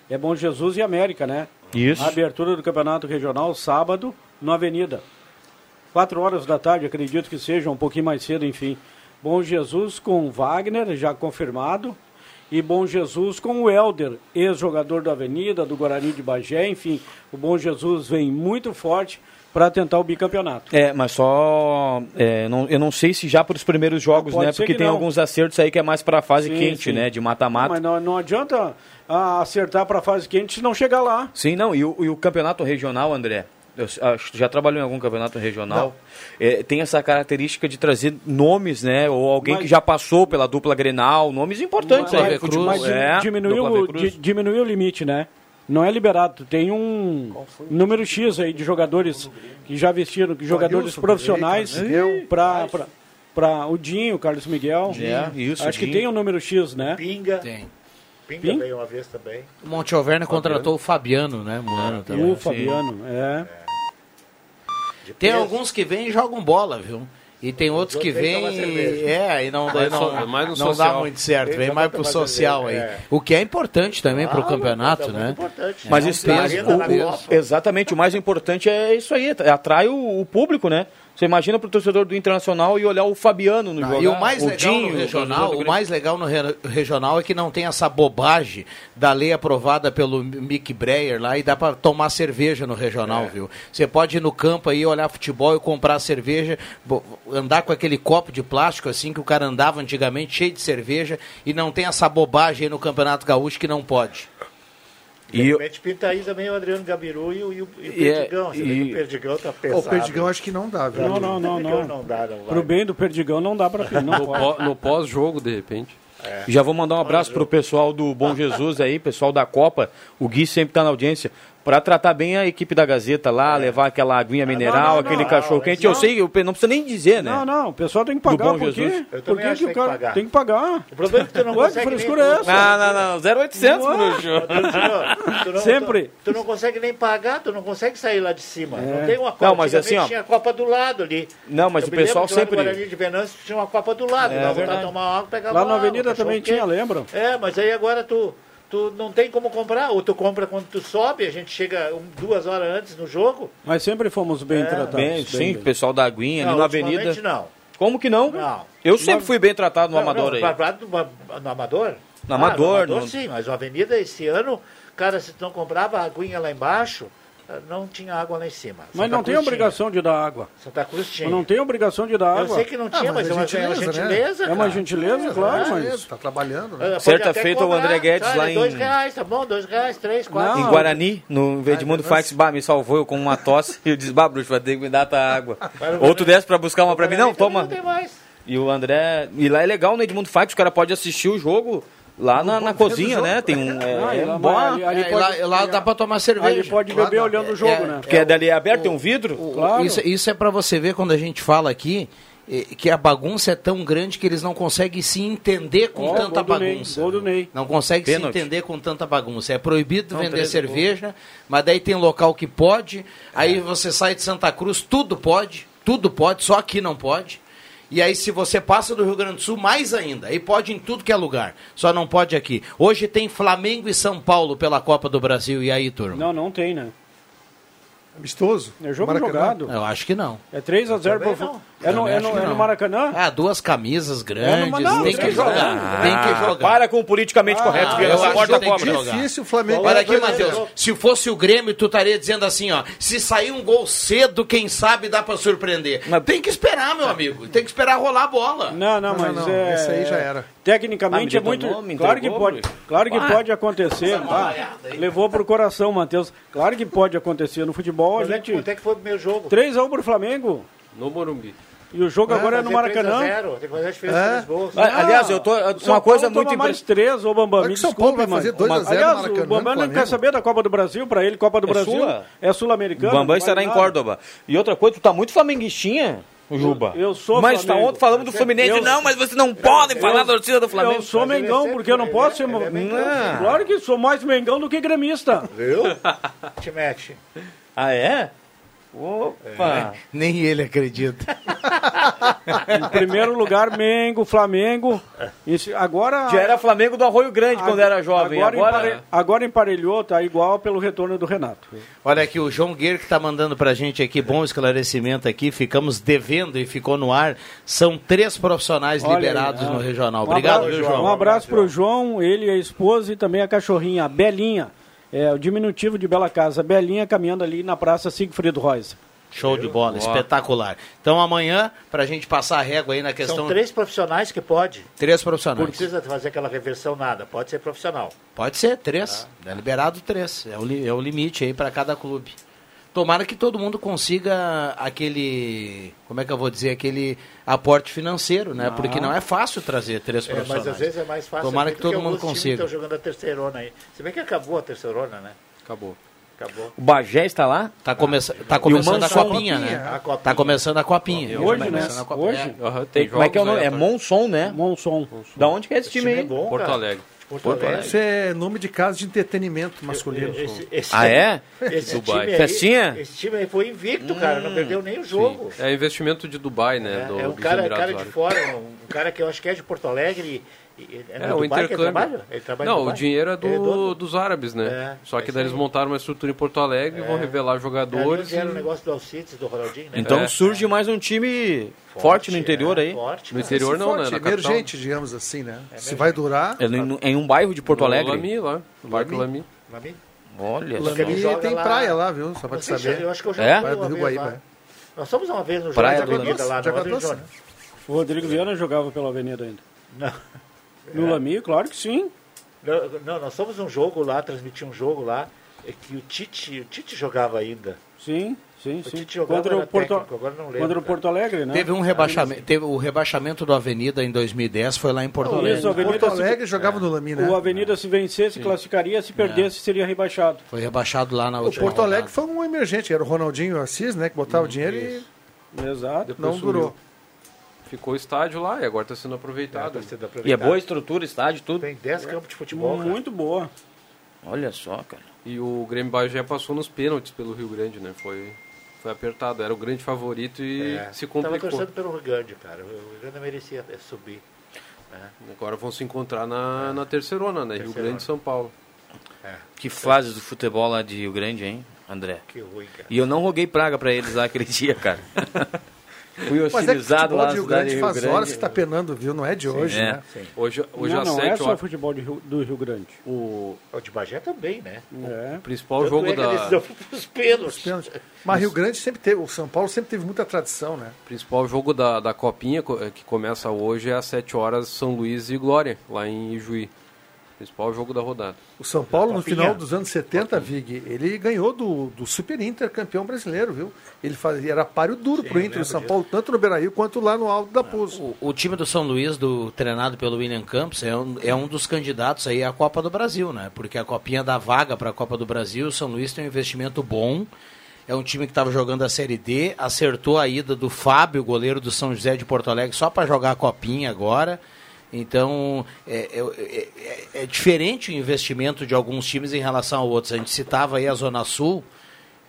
é Bom Jesus e América, né? Isso. A abertura do Campeonato Regional, sábado, no Avenida. Quatro horas da tarde, acredito que seja, um pouquinho mais cedo, enfim. Bom Jesus com Wagner, já confirmado. E Bom Jesus com o Helder, ex-jogador do Avenida, do Guarani de Bagé, enfim. O Bom Jesus vem muito forte para tentar o bicampeonato. É, mas só. é, não- eu não sei se já para os primeiros jogos, Ah, Pode né? ser Porque que tem não. alguns acertos aí que é mais para a fase Sim, quente, sim. né? De Não, mata-mata. Mas não, não adianta ah, acertar para a fase quente se não chegar lá. Sim, não. E o, e o campeonato regional, André? Eu s- acho que tu já trabalhou em algum campeonato regional? É, tem essa característica de trazer nomes, né? Ou alguém que Mas- já passou pela dupla Grenal, nomes importantes aí. Mas- do futebol. mas di- É, diminuiu, dupla o- Veracruz. di- diminuiu o limite, né? Não é liberado. Tem um número X aí de jogadores que já vestiram, que jogadores Adilson, profissionais Carlos Miguel. para para o Dinho, Carlos Miguel. É, isso, Acho que Dinho. tem um número X, né? Pinga. Tem. Pinga, Pinga? veio uma vez também. O Monte Alverne contratou o Fabiano, né? Moano também. o Fabiano, é. Tem alguns que vêm e jogam bola, viu? E tem outros que outros vêm tomar vêm e, cerveja. é, e não, Mais não, so- Ah, mais no não dá social. muito certo. Vem Vem só mais pra pro tomar social aí. cerveja, O que é importante também Ah, pro é campeonato, né? é importante. Mas isso, é um mas peso, o- é um o- peso. exatamente, o mais importante é isso aí, atrai o, o público, né? Você imagina pro torcedor do Internacional e olhar o Fabiano no Ah, jogo. E o mais legal Dinho, no o regional, torcedor do o mais legal no re- regional é que não tem essa bobagem da lei aprovada pelo Mick Breyer lá e dá para tomar cerveja no É. regional, viu? Você pode ir no campo aí olhar futebol e comprar cerveja, bo- andar com aquele copo de plástico assim que o cara andava antigamente cheio de cerveja e não tem essa bobagem aí no Campeonato Gaúcho que não pode. E eu... Pinta aí também o Adriano Gabiru e o, e o E é- Perdigão. Você vê que o Perdigão tá pesado. O Perdigão acho que não dá, viu? Não, não, não, não. Não dá, não vai. Pro bem do Perdigão não dá para não No pode. pó- no pós-jogo, de repente. E Já vou mandar um abraço pro pessoal do Bom Jesus aí, pessoal da Copa. O Gui sempre tá na audiência. Pra tratar bem a equipe da Gazeta lá, levar aquela aguinha mineral, não, aquele não, cachorro quente. Eu não. sei, eu pe- não precisa nem dizer, né? Não, não, o pessoal tem que pagar bom porque Jesus. Eu também porque acho que o que tem que cara pagar. tem que pagar. O problema é que tu não Ué, que consegue nem- frescura é essa? Ah, Não, não, não. 0800, Ué. Bruno. Tu não- tu não- Sempre. Tu, tu não consegue nem pagar, tu não consegue sair lá de cima. Não tem uma Copa. É. Não, mas assim, Antigamente ó. Tinha a Copa do lado ali. Não, mas Eu o me lembro pessoal que lá no sempre- Guarani de Venâncio tinha uma Copa do lado. lá É, verdade. voltava a tomar água, pegava Lá na água, Avenida cachorro também quente. tinha, lembram? É, mas aí agora tu, tu não tem como comprar. Ou tu compra quando tu sobe, a gente chega um- duas horas antes no jogo. É. Mas sempre fomos bem Tá, tratados. Bem, sim, o pessoal da aguinha ali Não, na ultimamente avenida. não. Como que não? Não. Eu sempre fui bem tratado no Não, Amador não, aí. pra- pra- do- pra- no Amador? Ah, no No Amador, Amador no- sim, mas na Avenida esse ano, cara, se tu não comprava a aguinha lá embaixo, eh, não tinha água lá em cima. Mas Santa não tem Cruz obrigação de dar água. Tinha. Santa Cruz tinha. Mas não tem obrigação de dar Eu água. sei que não tinha, mas é mas, é uma gentileza. gentileza, né? gentileza É uma cara. é gentileza, claro, mas. Tá trabalhando, né? Eh, pode Certa até feita, o cobrar, André Guedes olha, lá em- Dois reais, tá bom? Dois reais, três, quatro. Em Guarani, no Edmundo Fax, bah, me salvou eu com uma tosse. E eu disse, bah, bruxo, vai ter que me dar tua água. Outro desce pra buscar uma pra mim. Não, Guarani também toma. Não tem mais. E o André. E lá é legal no Edmundo Fax, o cara pode assistir o jogo lá na, na cozinha, né? Tem um. Ah, É, e é lá- um bar, ali- ali É, e pode- lá, e lá dá para tomar cerveja. Aí pode beber olhando o jogo, é- né? que é dali aberto, tem um vidro. Claro. Isso, isso é para você ver quando a gente fala aqui eh, que a bagunça é tão grande que eles não conseguem se entender com Ó, tanta gol do Ney, bagunça. gol do Ney. Não consegue Pênalti. se entender com tanta bagunça. É proibido vender três cerveja, mas daí tem local que pode. É. Aí você sai de Santa Cruz, tudo pode, tudo pode, só aqui não pode. E aí, se você passa do Rio Grande do Sul, mais ainda. Aí pode em tudo que é lugar. Só não pode aqui. Hoje tem Flamengo e São Paulo pela Copa do Brasil. E aí, turma? Não, não tem, né? Amistoso? É jogo Maracanã. jogado. Eu acho que não. É 3x0 Também pro. não. É no, é, Também acho no, é que no não. Maracanã? Ah, duas camisas É, grandes, não, mas não, tem tem que que jogar, tem que jogar. Para com o politicamente Ah, correto, Vieira. eu Essa acho porta que tem que cobra. jogar. Difícil o Flamengo. Olha aqui, Dois a Matheus, zero. se fosse o Grêmio, tu estaria dizendo assim, ó, se sair um gol cedo, quem sabe dá pra surpreender. Mas- Tem que esperar, meu amigo, tem que esperar rolar a bola. Não, não, Não, mas não, não. é. Esse aí já era. Tecnicamente Ah, é me muito. deu nome, claro que entregou, pode, Luiz. claro que pode acontecer. tá? Levou pro coração, Matheus. Claro que pode acontecer no futebol. A Quanto é que- gente Quanto é que foi o primeiro jogo? 3x1 pro Flamengo No Morumbi. e o jogo agora é Fazer no Maracanã. 3 a 0, Tem que fazer a diferença É? dos gols. Ah, Aliás, eu tô. São Uma Paulo coisa toma muito mais importante. é três, ô Bambam. Olha Me que São Paulo desculpe, vai fazer mano. 2 a 0 no Aliás, o Maracanã, Bambam não Flamengo. quer saber da Copa do Brasil. Pra ele, Copa do É Brasil sula? é sul-americano. não Bambam vale estará em nada. Córdoba. E outra coisa, tu tá muito flamenguistinha, o Juba. eu sou Mas tá Flamengo. ontem falando do Fluminense. Eu- não, mas vocês não podem falar da torcida do Flamengo. Eu sou ele é Mengão, sempre- porque eu não posso ser. ele é- ele é Mengão. Não. Claro que sou mais Mengão do que gremista. Viu? Te mete. Ah, é? É. Opa! Nem ele acredita. Em primeiro lugar, Mengo, Flamengo. Isso- agora. Já era Flamengo do Arroio Grande quando era jovem, Agora, agora- empare- agora emparelhou, tá igual pelo retorno do Renato. Olha aqui, o João Guer que está mandando para a gente aqui, bom esclarecimento aqui, ficamos devendo e ficou no ar. São três profissionais Olha aí, liberados ah. no regional. Um Obrigado, abraço, viu, João. Um abraço pro João, ele, é a esposa e também a cachorrinha, a Belinha. É, o diminutivo de Bela Casa. A Belinha caminhando ali na Praça Siegfried Reus. Show de bola, Ó. espetacular. Então amanhã, para a gente passar a régua aí na questão... São três profissionais que pode. três Não profissionais. precisa fazer aquela reversão nada, pode ser profissional. Pode ser, três. É liberado três. É o, li- é o limite aí para cada clube. Tomara que todo mundo consiga aquele, como é que eu vou dizer, aquele aporte financeiro, né? Ah. Porque não é fácil trazer três É, profissionais. mas às vezes é mais fácil. Tomara aqui que do todo mundo alguns times que consiga. Estão jogando a terceirona aí. Se bem que acabou a terceirona, né? Acabou. Acabou. O Bagé está lá? Tá, começa- tá começando a copinha, né? A copinha. Tá começando a copinha. Hoje, Tá né? começando a copinha. Hoje? É. Tem- como é que é o nome? É Monson, né? Monson. Da onde que é esse time, aí? Porto Alegre. Isso é nome de casa de entretenimento masculino. Esse- esse- Ah, é? Esse Dubai. time aí, Festinha? Esse time aí foi invicto, cara. Não perdeu nem o jogo. É investimento de Dubai, né? É, do, é um dos cara, Emirados cara de né? Árabes. fora, um, um cara que eu acho que é de Porto Alegre. e- e- É, no o Dubai que ele intercâmbio. trabalha? Ele trabalha em não, o Dubai? dinheiro é, do- Ele dono? dos árabes, né? Só que daí eles montaram uma estrutura em Porto Alegre, É. vão revelar jogadores. É, ali onde era o e- negócio do Alcides, do Ronaldinho, né? Então, Então É. surge mais um time forte, no interior aí. é. Forte, No interior não, né? Na capital. Emergente, digamos assim, né? Se vai durar. É no- em um bairro de Porto No Alegre. Lami, lá. No Parque Lami. Lami. Lami? É, Olha Lami só. tem praia lá, viu? Só pra te Vocês já- saber. Eu acho que eu já É? fui Praia do uma Rio vez Guaíba, lá. Nós fomos uma vez no Praia Jorge do Avenida lá, Lami. no Rodrigo Jacadoce, Jones. O Rodrigo Viana jogava pela Avenida ainda. Não. No Lami, claro que sim. Não, não, nós fomos um jogo lá, transmitir um jogo lá, é que o Tite, o Tite jogava ainda. Sim, sim, o sim. Tite jogava Contra o era Porto- técnico, agora não lembro. contra o cara. Porto Alegre, né? Teve um rebaixamento, teve o rebaixamento do Avenida em 2010, foi lá em Porto Alegre. Isso, o Avenida se- jogava no Lami, né? O Avenida se vencesse, classificaria, se perdesse, seria rebaixado. Foi rebaixado lá na O última. Porto Alegre foi um emergente, era o Ronaldinho Assis, né? Que botava o dinheiro Ah, Exato. e não durou. Ficou o estádio lá e agora está sendo aproveitado. tá E é boa a estrutura, estádio, tudo. Tem 10 campos de futebol, cara. Muito boa. Olha só, cara. E o Grêmio Bagé passou nos pênaltis pelo Rio Grande, né? Foi, foi apertado. Era o grande favorito e É. se Tava complicou. torcendo pelo Rio Grande, cara. O Rio Grande merecia é, subir. né? Agora vão se encontrar na, na terceirona, né? Rio É. Terceirona. Grande e São Paulo. Que fase do futebol lá de Rio Grande, hein, André? Que ruim, cara. E eu não roguei praga pra eles lá aquele dia, cara. Fui Mas é que o hostilizado lá futebol de na Rio cidade Grande de Rio faz horas Grande. que tá penando, viu? Não é de hoje, é. né? Hoje, hoje não, às não, é 7 só horas. futebol de Rio- do Rio Grande. O O de Bagé também, né? É. principal Tanto jogo é que a da. decisão foi pros pênaltis. Pênalti. Mas Rio Grande sempre teve, o São Paulo sempre teve muita tradição, né? principal jogo da, da Copinha, co- eh, que começa hoje, é às 7 horas, São Luís e Glória, lá em Ijuí. Principal jogo da rodada. O São Paulo, no Copinha. final dos anos 70, Vig, ele ganhou do, do Super Inter, campeão brasileiro, viu? Ele fazia, era páreo duro pro Inter, o São Paulo, tanto no Beira-Rio quanto lá no Alto da Pouso. Ah, O, o time do São Luís, do, treinado pelo William Campos, é um, é um dos candidatos aí à Copa do Brasil, né? Porque a copinha dá vaga para a Copa do Brasil, o São Luís tem um investimento bom. É um time que estava jogando a Série D, acertou a ida do Fábio, goleiro do São José de Porto Alegre, só para jogar a copinha agora. Então, é, é- é- é- é diferente o investimento de alguns times em relação a outros. A gente citava aí a Zona Sul,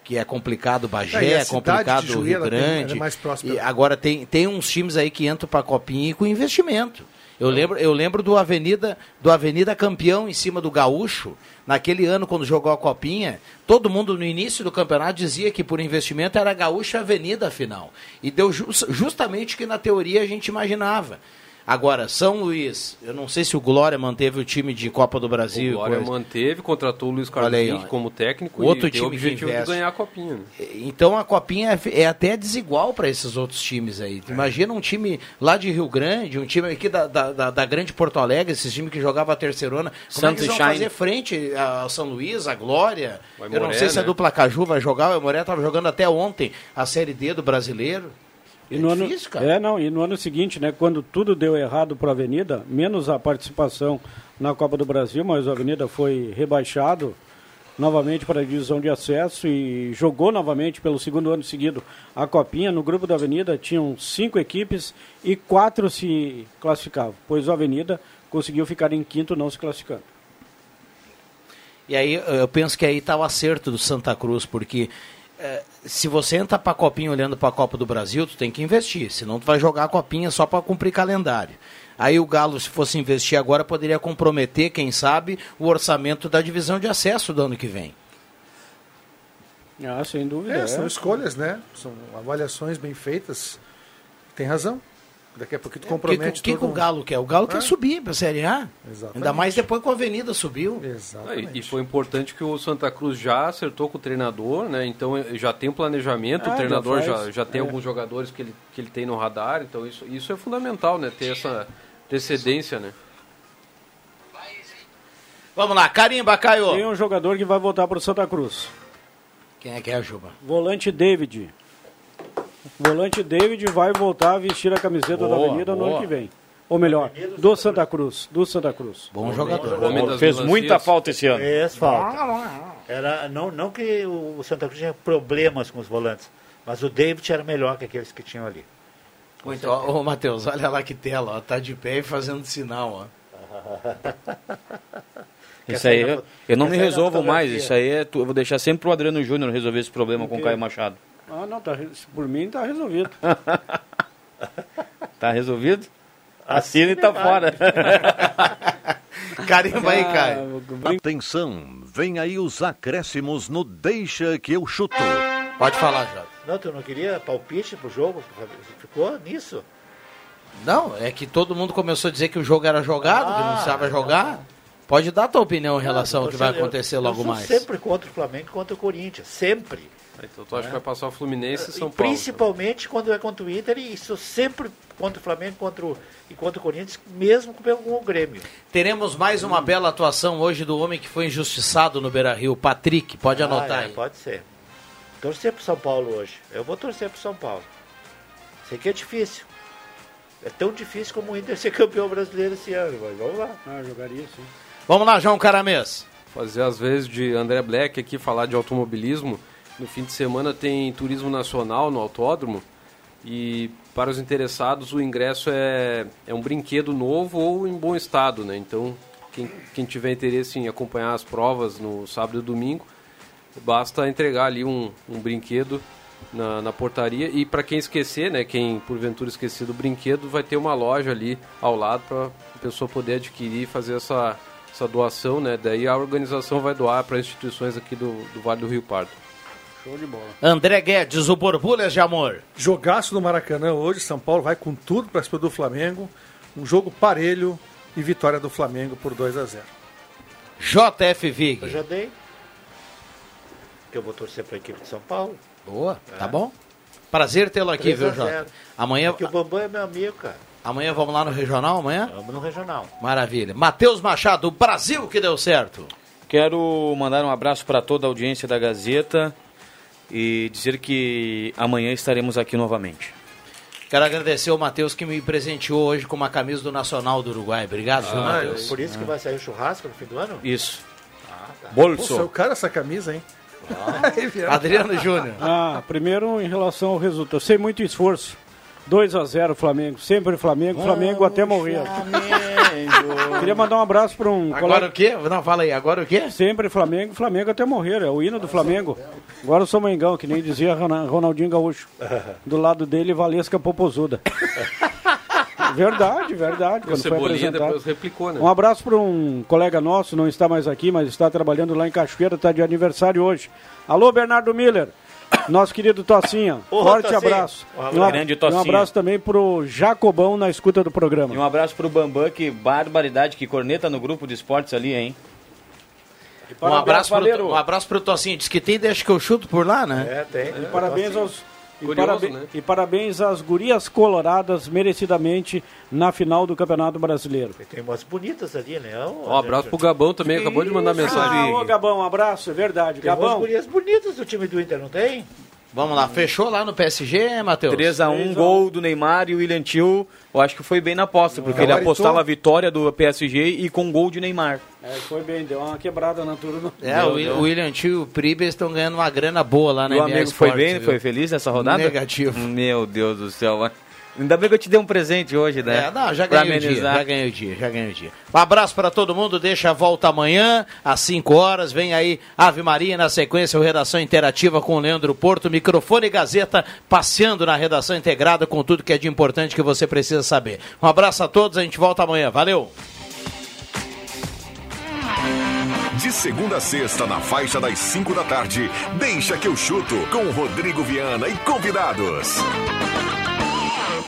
que é complicado É, Bagé, e a é, cidade complicado de o Juí, Rio ela tem- ela é Grande. mais próxima. E agora tem, tem uns times aí que entram para a copinha e com investimento. Eu lembro, eu lembro do Avenida, do Avenida Campeão em cima do Gaúcho, naquele ano quando jogou a copinha, todo mundo no início do campeonato dizia que por investimento era Gaúcho e Avenida afinal. E deu jus- justamente o que na teoria a gente imaginava. Agora, São Luís, eu não sei se o Glória manteve o time de Copa do Brasil. o Glória coisa. manteve, contratou o Luiz Olha aí, Carlinhos ó. como técnico Outro e tem time o que objetivo de investe. ganhar a Copinha. né? Então a copinha é é até desigual para esses outros times aí. É. Imagina um time lá de Rio Grande, um time aqui da, da, da- da grande Porto Alegre, esses times que jogavam a terceirona. Como é que Santos eles vão Shine. fazer frente ao São Luís, a Glória? O Eu não Aimoré, sei se a né? dupla Caju vai jogar, o Moré estava jogando até ontem a Série D do brasileiro. E É no difícil, ano, cara. É, não, e no ano seguinte, né, quando tudo deu errado para a Avenida, menos a participação na Copa do Brasil, mas a Avenida foi rebaixado novamente para a divisão de acesso e jogou novamente pelo segundo ano seguido a Copinha. No grupo da Avenida tinham cinco equipes e quatro se classificavam, pois a Avenida conseguiu ficar em quinto não se classificando. tá E aí eu penso que aí está o acerto do Santa Cruz, porque eh, se você entra pra copinha olhando pra Copa do Brasil, tu tem que investir, senão tu vai jogar a copinha só pra cumprir calendário. Aí o Galo, se fosse investir agora, poderia comprometer, quem sabe, o orçamento da divisão de acesso do ano que vem. Ah, sem dúvida. É, são escolhas, né? São avaliações bem feitas. Tem razão. Daqui a pouco É, tu O compromete que, que, todo o mundo. Galo quer? O Galo É. quer subir pra Série A. Exatamente. É. Ainda mais depois que a Avenida subiu. Ah, e- E foi importante que o Santa Cruz já acertou com o treinador, né? Então eh, já tem um planejamento, Ah, já o treinador faz, já, já tem é. alguns jogadores que ele, que ele tem no radar, então isso, isso é fundamental, né? Ter essa antecedência, né? Vamos lá, carimba, Caio. Tem um jogador que vai voltar para o Santa Cruz. Quem é que é, Juba? Volante David. Volante David vai voltar a vestir a camiseta da Boa, Avenida no boa. ano que vem. Ou melhor, do Santa Cruz. Do Santa Cruz. Bom jogador. Homem das Fez melancias. muita falta esse ano. Fez falta. É, Era, não, não que o Santa Cruz tinha problemas com os volantes, mas o David era melhor que aqueles que tinham ali. Muito, ó, ô Matheus, olha lá que tela, ó, tá de pé e fazendo sinal, ó. Isso aí, sair na eu, fo- eu não me quer é sair na resolvo mais. fotografia? Isso aí é tu- eu vou deixar sempre pro Adriano Júnior resolver esse problema com o Caio Machado. Ah, não, tá, re- por mim tá resolvido. Tá resolvido? Assina e tá vai. fora. Carimba aí, Caio. Atenção, vem aí os acréscimos no Deixa que eu chuto. Pode falar, Jota. Não, tu não queria palpite pro jogo? Ficou nisso? Não, é que todo mundo começou a dizer que o jogo era jogado, que não precisava jogar. Pode dar tua opinião em relação ao que vai Ah. Eu- acontecer eu logo sou mais. sempre contra o Flamengo e contra o Corinthians. Sempre. Então tu acha que vai passar o Fluminense e é São E Paulo. principalmente quando é contra o Inter e sou sempre contra o Flamengo contra o, e contra o Corinthians, mesmo com com o Grêmio. Teremos mais uma bela atuação hoje do homem que foi injustiçado no Beira Rio, Patrick. Pode Ah, anotar é, aí. Pode ser. Torcer pro São Paulo hoje. Eu vou torcer pro São Paulo. Sei que é difícil. É tão difícil como o Inter ser campeão brasileiro esse ano, mas vamos lá. Ah, jogaria sim. Vamos lá, João Caramês. Fazer às vezes de André Black aqui falar de automobilismo. No fim de semana tem turismo nacional no autódromo. E para os interessados, o ingresso é, é um brinquedo novo ou em bom estado, né? Então, quem, quem tiver interesse em acompanhar as provas no sábado e domingo, basta entregar ali um, um brinquedo na, na portaria. E para quem esquecer, né? Quem porventura esquecer do brinquedo, vai ter uma loja ali ao lado para a pessoa poder adquirir e fazer essa, essa doação, né? Daí a organização vai doar para instituições aqui do, do Vale do Rio Pardo. Show de bola. André Guedes, o Borbulhas de Amor. Jogaço no Maracanã hoje, São Paulo vai com tudo para cima do Flamengo. Um jogo parelho e vitória do Flamengo por 2 a 0 JF Vig. Eu já dei. Que eu vou torcer pra equipe de São Paulo. Boa, tá bom? Prazer tê-lo aqui, 3 a viu, Jota? 0. Amanhã, Porque o Bambam é meu amigo, cara. amanhã vamos lá no Regional, amanhã? Vamos no Regional. Maravilha. Matheus Machado, o Brasil que deu certo. Quero mandar um abraço para toda a audiência da Gazeta e dizer que amanhã estaremos aqui novamente. Quero agradecer ao Matheus que me presenteou hoje com uma camisa do Nacional do Uruguai. Obrigado, viu, Ah, Matheus. por isso que vai sair o churrasco no fim do ano? Isso. Ah, tá. Pô, saiu cara essa camisa, hein? Adriano Júnior. Ah, primeiro em relação ao resultado. Sem muito esforço. 2 a 0 Flamengo. Sempre Flamengo. Flamengo até morrer. Queria mandar um abraço para um Agora o quê? Não, fala aí. Agora o quê? Sempre Flamengo, Flamengo até morrer. É o hino do Flamengo. Agora eu sou Mengão, que nem dizia Rona- Ronaldinho Gaúcho. Do lado dele, Valesca Popozuda. Verdade, verdade. O Quando foi Cebolinha apresentado. depois replicou, né? Um abraço para um colega nosso, não está mais aqui, mas está trabalhando lá em Cachoeira, está de aniversário hoje. Alô, Bernardo Miller. Nosso querido Tocinha, Ô, forte Tocinha. abraço. Um abraço. E a- Grande e Um Tocinha. abraço também pro Jacobão na escuta do programa. E um abraço pro Bambam, que barbaridade, que corneta no grupo de esportes ali, hein? Um Parabéns, abraço, pro, Valeiro. um abraço pro Tocinho. Diz que tem, deixa que eu chuto por lá, né? É, tem. E parabéns aos. E, Curioso, parabe- né? e parabéns às gurias coloradas merecidamente na final do Campeonato Brasileiro. Tem umas bonitas ali, né? Um abraço pro Gabão também, acabou de mandar Ah, mensagem. ô, Gabão, um abraço, é verdade. Tem umas Gabão, gurias bonitas do time do Inter, não tem? Vamos lá. Fechou lá no PSG, Matheus? 3x1, gol do Neymar e o William Tio. Eu acho que foi bem na aposta, porque ele Gabaritou. apostava a vitória do PSG e com gol de Neymar. É, foi bem, deu uma quebrada na turma. É, o Wi- o William Tio e o Pribes estão ganhando uma grana boa lá na Meu MR amigo foi Sports, bem, viu? foi feliz nessa rodada? Negativo. Meu Deus do céu. Ainda bem que eu te dei um presente hoje, né? É, não, já Pra ganhei o dia, amenizar. já ganhei o dia, já ganhei o dia. Um abraço para todo mundo, deixa a volta amanhã, às 5 horas, vem aí Ave Maria, na sequência o Redação Interativa com o Leandro Porto, microfone e Gazeta, passeando na redação integrada com tudo que é de importante que você precisa saber. Um abraço a todos, a gente volta amanhã, valeu! De segunda a sexta, na faixa das 5 da tarde, deixa que eu chuto com Rodrigo Viana e convidados.